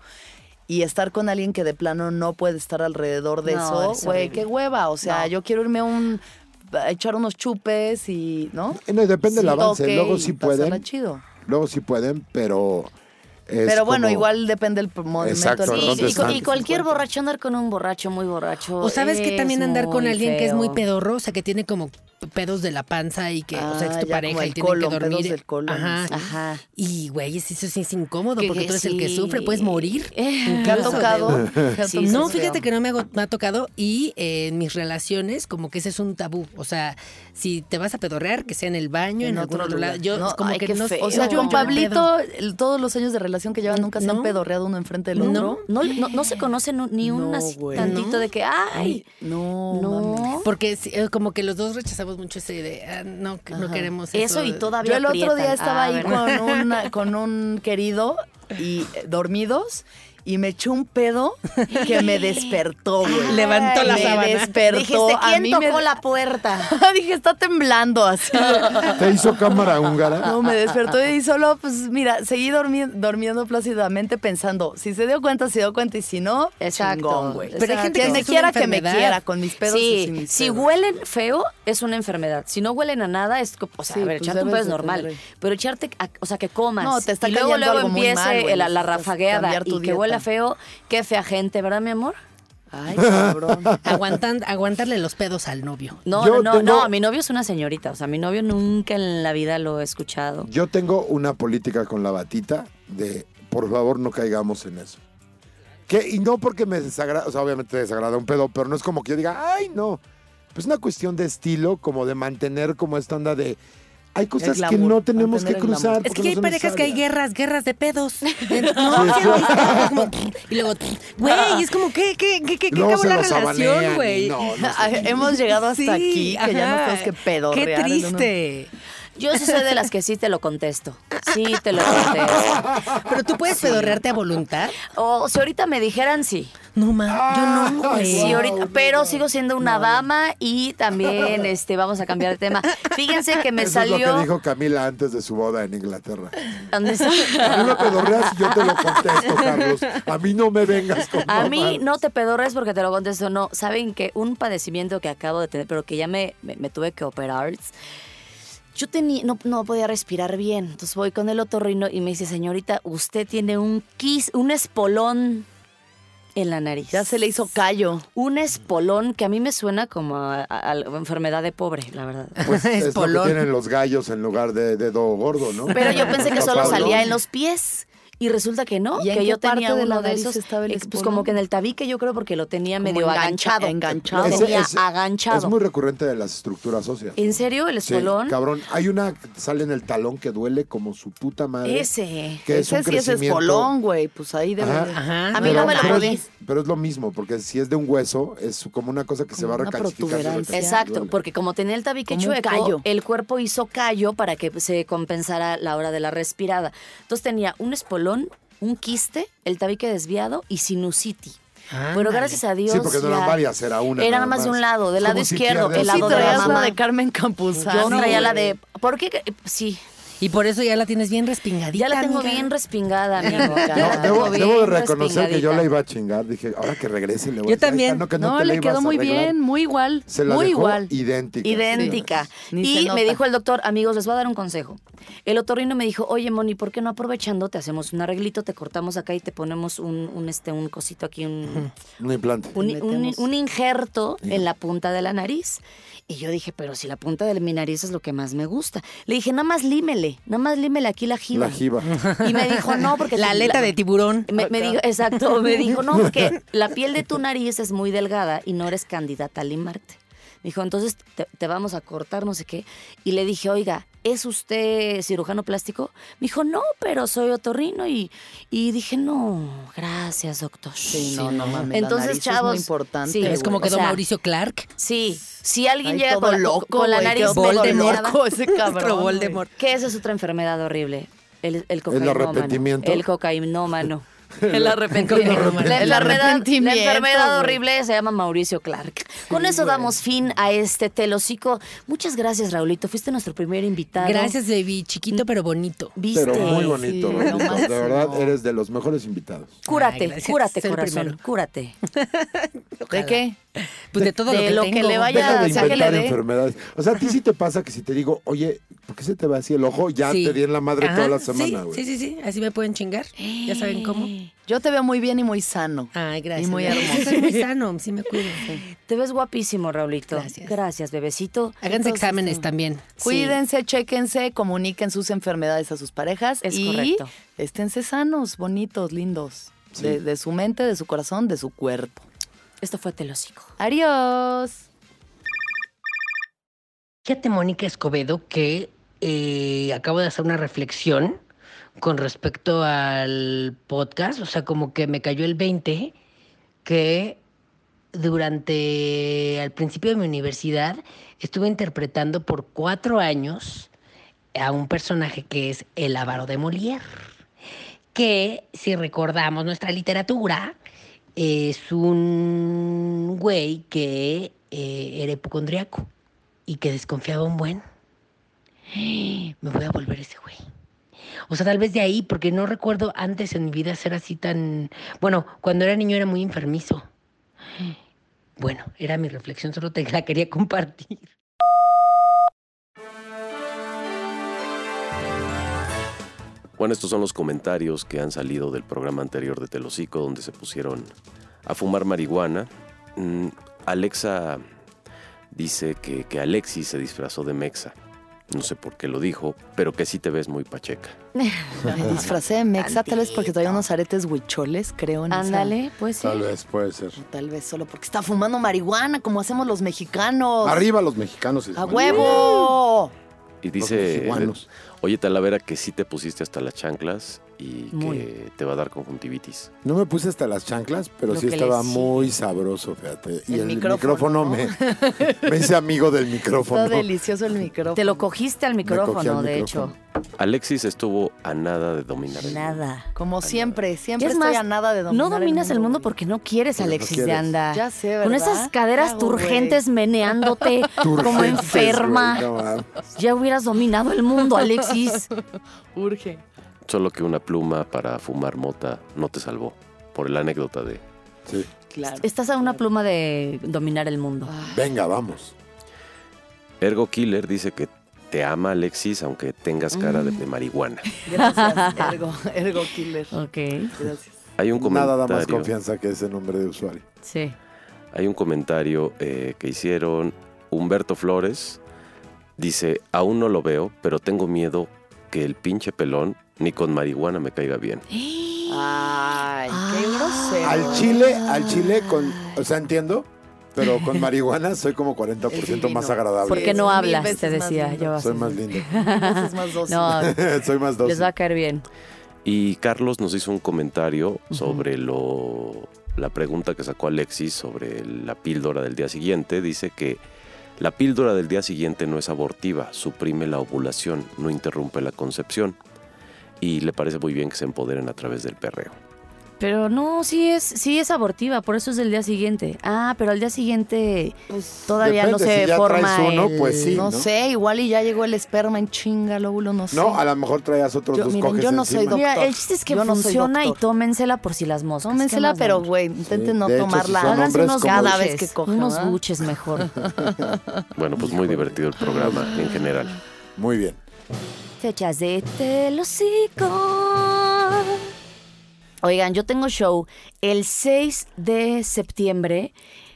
S4: Y estar con alguien que de plano no puede estar alrededor de
S3: No,
S4: eso,
S3: es
S4: güey,
S3: horrible.
S4: qué hueva. O sea,
S3: No.
S4: yo quiero irme a un a echar unos chupes y, ¿no?
S6: Eh, No, depende del
S4: Sí,
S6: avance.
S4: toque
S6: Luego
S4: y
S6: sí
S4: pasarla
S6: pueden.
S4: chido.
S6: Luego sí pueden, pero. es
S4: Pero bueno,
S6: como-
S4: igual depende el momento.
S6: Exacto,
S4: del-
S6: ¿no?
S3: Sí,
S6: ¿dónde
S3: y,
S6: están?
S3: y cualquier borracho andar con un borracho muy borracho.
S5: O sabes que
S3: es
S5: también andar con
S3: muy
S5: alguien que es muy
S3: feo.
S5: pedorro, o sea, que tiene como pedos de la panza y que, o sea,
S4: Ah,
S5: es tu
S4: ya, como
S5: pareja y
S4: el
S5: tienen
S4: colon,
S5: que
S4: pedos
S5: dormir.
S4: del colon,
S5: Ajá.
S4: sí.
S3: Ajá.
S5: Y güey, es- eso sí es incómodo
S3: Que-
S5: porque
S3: que
S5: tú eres el que
S3: sí.
S5: sufre, puedes morir.
S3: Eh.
S4: ¿Te ha
S5: incluso de-
S4: tocado? ¿Te ha
S3: Sí,
S4: tocado?
S5: No, fíjate que no me, hago- me ha tocado y eh, en mis relaciones como que ese es un tabú. O sea, si te vas a pedorrear, que sea en el baño, en, algún otro lado. Yo es como
S4: ay,
S5: que
S4: qué
S5: no
S4: feo.
S5: no
S4: O sea,
S5: yo
S4: con
S5: no
S4: Pablito,
S5: pedo.
S4: el- todos los años de relación que llevan nunca se han
S5: No.
S4: pedorreado uno enfrente del
S5: No.
S4: otro.
S3: No, no, no se conoce nu- ni un
S4: No,
S3: así
S4: güey.
S3: tantito
S5: No.
S3: de que, ay,
S4: No, mames.
S3: no.
S5: Porque sí, eh, como que los dos rechazamos mucho ese de ah, no, que- no queremos eso.
S3: Eso y todavía
S4: Yo el otro
S3: aprietan.
S4: día estaba
S3: Ah,
S4: ahí
S3: bueno.
S4: con, una- con un querido y eh, dormidos y me echó un pedo que me despertó, güey.
S5: Levantó la
S4: me
S5: sábana.
S4: despertó.
S3: Dijiste,
S4: A
S3: ¿quién
S4: mí
S3: tocó
S4: me-
S3: la puerta?
S4: Dije, está temblando así.
S6: ¿Te hizo cámara húngara?
S4: No, me despertó y solo, pues mira, seguí durmi- durmiendo plácidamente pensando, si se dio cuenta, se dio cuenta y si no,
S3: Exacto.
S4: chingón, güey.
S3: Pero hay gente
S4: Quien
S3: que
S4: me
S5: es una
S4: quiera, que me
S5: enfermedad.
S4: quiera, con mis pedos y sin
S3: sí,
S4: mis
S3: si
S4: pedos.
S3: huelen feo es una enfermedad. Si no huelen a nada es, co- o sea,
S4: Sí,
S3: a ver,
S4: pues
S3: echarte un pedo
S4: debes
S3: es
S4: de
S3: normal,
S4: tener-
S3: pero echarte, a- o sea, que comas
S4: No, te está
S3: y luego
S4: cayendo
S3: luego
S4: algo muy
S3: empiece
S4: mal, güey,
S3: la, la
S4: necesitas
S3: rafagueada
S4: cambiar
S3: y
S4: tu
S3: que huela
S4: dieta.
S3: feo, qué fea gente, ¿verdad, mi amor?
S4: Ay, cabrón.
S5: Aguantan- aguantarle los pedos al novio.
S3: No,
S6: Yo
S3: no, no,
S6: tengo-
S3: no, mi novio es una señorita, o sea, mi novio nunca en la vida lo he escuchado.
S6: Yo tengo una política con la batita de por favor no caigamos en eso. Que, y no porque me desagrada, o sea, obviamente te desagrada un pedo, pero no es como que yo diga, ay, no. Pues es una cuestión de estilo, como de mantener como esta onda de. Hay cosas que
S4: glamour,
S6: no tenemos que
S4: mantener el
S6: cruzar.
S4: glamour.
S5: Es que
S6: porque
S5: ya hay
S6: no son
S5: parejas que hay
S6: necesarias.
S5: guerras, guerras de pedos. No, sí, no, es como, y luego, güey, es como, ¿qué, qué, qué, qué, qué
S6: Luego
S5: acabó
S6: se
S5: la
S6: los abanean
S5: relación,
S6: y
S5: güey?
S6: no, no sé.
S4: Ay, em, Hemos llegado hasta
S5: Sí,
S4: aquí, que ya no
S5: ajá.
S4: sabemos qué pedo.
S5: Qué triste.
S3: Yo sí soy de las que sí te lo contesto. Sí te lo contesto.
S5: Pero tú puedes pedorrearte a voluntad.
S3: O si ahorita me dijeran sí.
S5: No, ma, yo no, güey.
S3: Sí, ahorita- pero sigo siendo una dama y también este vamos a cambiar de tema. Fíjense que me
S6: Eso
S3: salió
S6: es lo que dijo Camila antes de su boda en Inglaterra.
S3: ¿Dónde está?
S6: A mí me pedorreas y yo te lo contesto, Carlos. A mí no me vengas con
S3: A mí
S6: mamadas.
S3: no te pedorres porque te lo contesto, no. Saben que un padecimiento que acabo de tener, pero que ya me, me- me tuve que operar. Yo tenía, no, no podía respirar bien. Entonces voy con el otorrino y me dice, señorita, usted tiene un kiss, un espolón en la nariz.
S4: Ya se le hizo callo.
S3: Un espolón que a mí me suena como a, a- a enfermedad de pobre, la verdad.
S6: Pues es, lo que
S5: polón.
S6: tienen los gallos en lugar de dedo gordo, ¿no?
S3: Pero yo pensé que solo
S6: Papá,
S3: salía
S6: ¿no?
S3: en los pies. Y resulta que no,
S4: ¿Y en
S3: que
S4: qué
S3: yo tenía
S4: parte de la
S3: uno de
S4: nariz
S3: esos.
S4: estaba el
S3: eh, pues
S4: espolón?
S3: como que en el tabique yo creo porque lo tenía
S4: Como
S3: medio
S4: engancha-
S3: aganchado.
S4: enganchado.
S3: Lo
S4: Ese-
S3: tenía
S6: es-
S3: aganchado.
S6: Es muy recurrente de las estructuras óseas.
S3: ¿En serio? ¿El
S6: Sí,
S3: espolón?
S6: cabrón. Hay una que sale en el talón que duele como su puta madre.
S3: Ese.
S6: Que es
S4: Ese
S6: un
S4: sí es
S6: crecimiento.
S4: espolón, güey. Pues ahí debe.
S6: Ajá.
S4: de-
S5: Ajá.
S4: A mí no me lo
S6: pero,
S4: podía.
S6: es, pero es lo mismo, porque si es de un hueso, es como una cosa que se va
S4: Como una
S6: recalcificando.
S4: protuberancia.
S3: Exacto, porque como tenía el tabique
S4: Como un
S3: chueco,
S4: callo.
S3: el cuerpo hizo callo para que se compensara la hora de la respirada. Entonces tenía un espolón, un quiste, el tabique desviado y sinusitis. Pero gracias a Dios.
S6: Sí, porque no eran
S3: ya-
S6: varias, era una
S3: Era nada
S6: nada
S3: más de
S6: más.
S3: un lado, del
S6: Es
S3: lado
S6: como si
S3: izquierdo,
S6: pierdes-
S3: el
S6: Tú sí
S3: lado de la
S4: traías la
S3: mamá.
S4: de Carmen Campuzano.
S3: Yo traía la
S4: güey.
S3: de. ¿Por qué? que- Sí,
S5: Y por eso ya la tienes bien respingadita.
S3: ya la tengo
S5: amiga.
S3: bien respingada, amigo. Ya
S6: No,
S3: la
S6: debo,
S3: tengo bien
S6: debo de reconocer que yo
S3: respingadita.
S6: la iba a chingar. Dije, ahora que regrese le voy
S5: Yo
S6: a decir, "Ahí
S5: también.
S6: está, No, que no,
S4: No,
S6: te la
S4: le quedó
S6: ibas a
S4: muy
S6: arreglar".
S4: bien, muy igual.
S6: Se la
S4: muy
S6: dejó
S4: igual.
S6: idéntica.
S3: idéntica.
S4: Ni se
S3: Y
S4: nota.
S3: me dijo el doctor, amigos, les voy a dar un consejo. El otorrino me dijo, oye, Moni, ¿por qué no aprovechando te hacemos un arreglito, te cortamos acá y te ponemos un, un, este, un cosito aquí, un,
S6: Un implante.
S3: un-
S4: Te
S3: un-
S4: metemos.
S3: un injerto en la punta de la nariz? Y yo dije, pero si la punta de mi nariz es lo que más me gusta. Le dije, nada más límele, nada más límele aquí la jiba.
S6: La jiba.
S3: Y me dijo, no, porque...
S5: La
S3: te-
S5: aleta de tiburón.
S3: me, me dijo, exacto, me dijo, no, porque la piel de tu nariz es muy delgada y no eres candidata a limarte. Me dijo, entonces te, te vamos a cortar, no sé qué. Y le dije, oiga, ¿es usted cirujano plástico? Me dijo, no, pero soy otorrino. Y, y dije, no, gracias, doctor.
S4: Sí, no, no mames.
S3: Entonces,
S4: la nariz
S3: chavos,
S4: Es muy importante.
S3: sí,
S5: Pero es como
S3: güey, o
S5: quedó
S3: sea,
S5: Mauricio Clark.
S3: Sí, si alguien
S4: Ay,
S3: llega
S4: todo
S3: con la,
S4: loco,
S3: con la
S4: güey, qué
S3: nariz
S4: Voldemort.
S3: medio
S4: Loco ese cabrón,
S5: Nuestro
S4: güey.
S5: Voldemort.
S3: que esa es otra enfermedad horrible. El, el cocainómano.
S6: arrepentimiento?
S3: El cocainómano. El arrepentimiento.
S5: cocainómano.
S3: La
S4: El
S3: enfermedad, la
S4: arrepentimiento,
S3: enfermedad
S4: güey.
S3: horrible se llama Mauricio Clark. Con eso damos fin a este telocico. Muchas gracias, Raulito. Fuiste nuestro primer invitado.
S5: Gracias, baby.
S4: Mm.
S5: Chiquito pero bonito.
S3: Viste.
S6: Pero muy bonito,
S4: Sí, lo
S6: Raulito. De
S4: máximo.
S6: verdad, eres de los mejores invitados.
S3: Cúrate,
S5: Ay, gracias.
S3: cúrate,
S5: Soy el
S3: corazón.
S5: primero.
S3: Cúrate.
S4: ¿De qué?
S5: Pues de todo
S4: De
S5: lo
S4: lo
S5: que
S4: que
S5: tengo.
S4: le vaya-
S6: Deja de
S4: o sea, que le
S6: inventar
S4: dé.
S6: enfermedades. O sea, a ti sí te pasa que si te digo, oye, ¿por qué se te va así el ojo? Ya
S5: Sí.
S6: te di en la madre
S5: Ajá,
S6: toda la
S5: sí,
S6: semana, güey.
S5: Sí, sí, sí, así me pueden chingar. Ya saben cómo.
S4: Yo te veo muy bien y muy sano.
S5: Ay, gracias.
S4: Eh. Y muy
S5: bebé.
S4: hermoso.
S5: Soy muy sano, sí me cuido.
S3: Te ves guapísimo, Raulito.
S5: Gracias.
S3: Gracias, bebecito.
S5: Háganse exámenes también.
S4: Cuídense, chéquense, comuniquen sus enfermedades a sus parejas.
S3: Es
S4: y
S3: correcto.
S4: Esténse sanos, bonitos, lindos.
S6: Sí.
S4: De, de su mente, de su corazón, de su cuerpo.
S3: Esto fue Telosico.
S4: Adiós.
S7: Fíjate, Mónica Escobedo, que eh, acabo de hacer una reflexión con respecto al podcast, o sea, como que me cayó el 20, que durante, al principio de mi universidad, estuve interpretando por cuatro años a un personaje que es el avaro de Molière, que si recordamos nuestra literatura, es un güey que eh, era hipocondriaco y que desconfiaba un buen. Me voy a volver ese güey. O sea, tal vez de ahí, porque no recuerdo antes en mi vida ser así tan... Bueno, cuando era niño era muy enfermizo. Bueno, era mi reflexión, solo te la quería compartir.
S8: Bueno, estos son los comentarios que han salido del programa anterior de Telocico, donde se pusieron a fumar marihuana. Mm, Alexa dice que, que Alexis se disfrazó de Mexa. No sé por qué lo dijo, pero que sí te ves muy pacheca.
S4: Me disfracé de mexa, tal vez porque traía unos aretes huicholes, creo. en esa-
S3: Ándale, pues sí.
S6: Tal vez, puede ser.
S4: Tal vez solo porque está fumando marihuana, como hacemos los mexicanos.
S6: Arriba los mexicanos. y
S4: ¡A
S6: los
S4: huevo!
S8: Y
S6: Los
S8: dice,
S6: mexicanos.
S8: oye Talavera, que sí te pusiste hasta las chanclas y
S3: Muy.
S8: que te va a dar conjuntivitis.
S6: No me puse hasta las chanclas, pero
S3: Lo
S6: sí
S3: que le
S6: estaba
S3: sigue.
S6: muy sabroso, fíjate. Y el,
S4: El
S6: micrófono,
S4: micrófono.
S6: me, me hice amigo del micrófono.
S4: Está delicioso el micrófono.
S3: Te lo cogiste al
S6: cogí
S3: micrófono,
S6: al
S3: de
S6: micrófono.
S8: Alexis estuvo a nada de dominar el mundo.
S3: Nada.
S4: Como siempre, siempre
S3: Y es
S4: estoy
S3: más,
S4: a nada de
S3: no
S4: dominar
S3: dominas el mundo
S4: güey.
S3: porque no quieres,
S6: Porque no
S3: Alexis de
S6: quieres.
S3: Anda.
S4: Ya sé,
S3: Con
S4: ¿verdad?
S3: esas
S4: ¿Qué
S3: caderas
S4: hago, güey?
S3: turgentes meneándote como
S6: Turgentes,
S3: enferma.
S6: güey, no mames.
S3: Ya hubieras dominado el mundo, Alexis.
S4: Urge.
S8: Solo que una pluma para fumar mota no te salvó, por la anécdota de...
S6: Sí.
S4: Claro.
S3: Estás a una pluma de dominar el mundo.
S6: Venga, vamos.
S8: Ergo Killer dice que te ama Alexis aunque tengas cara de,
S6: Mm.
S8: de marihuana.
S4: Gracias, Ergo, Ergo Killer.
S3: Ok,
S4: Gracias.
S8: Hay un comentario,
S6: Nada da más confianza que ese nombre de usuario.
S3: sí.
S8: Hay un comentario eh, que hicieron Humberto Flores. Dice, aún no lo veo, pero tengo miedo que el pinche pelón ni con marihuana me caiga bien.
S4: Ay, qué
S3: Ah.
S4: grosero.
S6: Al chile, al chile con, o sea, entiendo, pero con marihuana soy como 40% más agradable.
S3: ¿Por
S4: Porque
S3: qué no
S4: mil
S3: hablas?
S4: veces
S3: Te
S4: más
S3: decía
S4: lindo.
S3: yo así.
S6: Soy más lindo.
S4: Entonces, más dos.
S3: No,
S6: soy más dos.
S3: les va a caer bien.
S8: Y Carlos nos hizo un comentario sobre lo, la pregunta que sacó Alexis sobre la píldora del día siguiente. Dice que la píldora del día siguiente no es abortiva, suprime la ovulación, no interrumpe la concepción. Y le parece muy bien que se empoderen a través del perreo.
S3: Pero no, sí es, sí es abortiva, por eso es del día siguiente. Ah, pero al día siguiente
S4: Pues,
S3: todavía no
S6: Depende,
S3: se
S6: si ya
S3: forma
S6: traes uno,
S3: el-
S6: pues sí.
S4: No,
S6: ¿no?
S4: sé, igual y ya llegó el esperma en chinga, el óvulo, no sé.
S6: No, a lo mejor traías otros
S4: Yo-
S6: dos
S4: miren,
S6: coges
S4: yo no soy
S6: encima.
S4: doc-
S3: Mira,
S4: Doctor,
S3: el chiste es que
S4: yo no soy
S3: funciona y
S4: doctor.
S3: tómensela por si las moscas. ¿qué
S4: Tómensela,
S3: más
S4: pero
S3: da?
S4: güey, intenten
S6: Sí,
S4: no
S6: de hecho, si
S4: tomarla.
S6: son
S4: Háganse
S6: hombres
S4: unos
S6: como-
S4: cada
S3: buches,
S4: vez que cojan.
S3: Unos
S4: ¿verdad?
S3: buches mejor.
S8: Bueno, pues muy divertido el programa en general.
S6: Muy bien.
S3: Fechas de Telosico. Oigan, yo tengo show el 6 de septiembre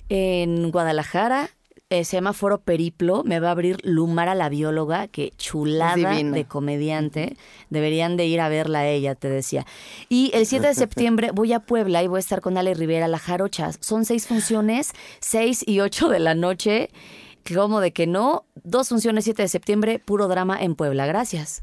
S3: en Guadalajara. Eh, se llama Foro Periplo. Me va a abrir Lumara la bióloga, que chulada
S4: divina.
S3: de comediante. Deberían de ir a verla a ella, te decía. Y el 7 de septiembre voy a Puebla y voy a estar con Ale Rivera, La Jarocha. Son seis funciones, 6 y 8 de la noche. Como de que no, dos funciones 7 de septiembre, puro drama en Puebla. Gracias.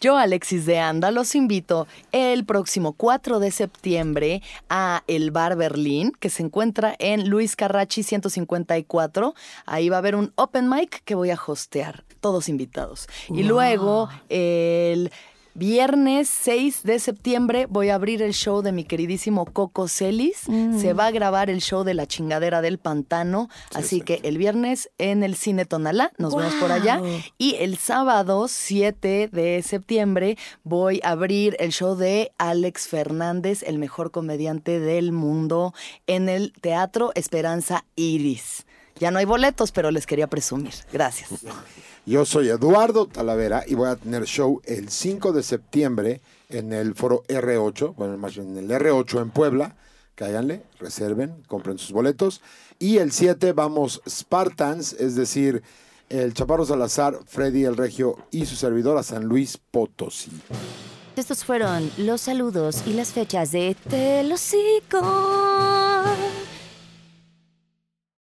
S4: Yo, Alexis de Anda, los invito el próximo 4 de septiembre a El Bar Berlín, que se encuentra en Luis Carrachi 154. Ahí va a haber un open mic que voy a hostear, todos invitados. Y luego el Viernes 6 de septiembre voy a abrir el show de mi queridísimo Coco Celis. Se va a grabar el show de La Chingadera del Pantano. así que el viernes en el Cine Tonalá, nos vemos por allá. Y el sábado 7 de septiembre voy a abrir el show de Alex Fernández, el mejor comediante del mundo, en el Teatro Esperanza Iris. Ya no hay boletos, pero les quería presumir. Gracias.
S6: Yo soy Eduardo Talavera y voy a tener show el 5 de septiembre en el foro R8, bueno, más bien en el R8 en Puebla. Cáiganle, reserven, compren sus boletos. Y el 7 vamos Spartans, es decir, el Chaparro Salazar, Freddy el Regio y su servidor a San Luis Potosí.
S3: Estos fueron los saludos y las fechas de Telosico.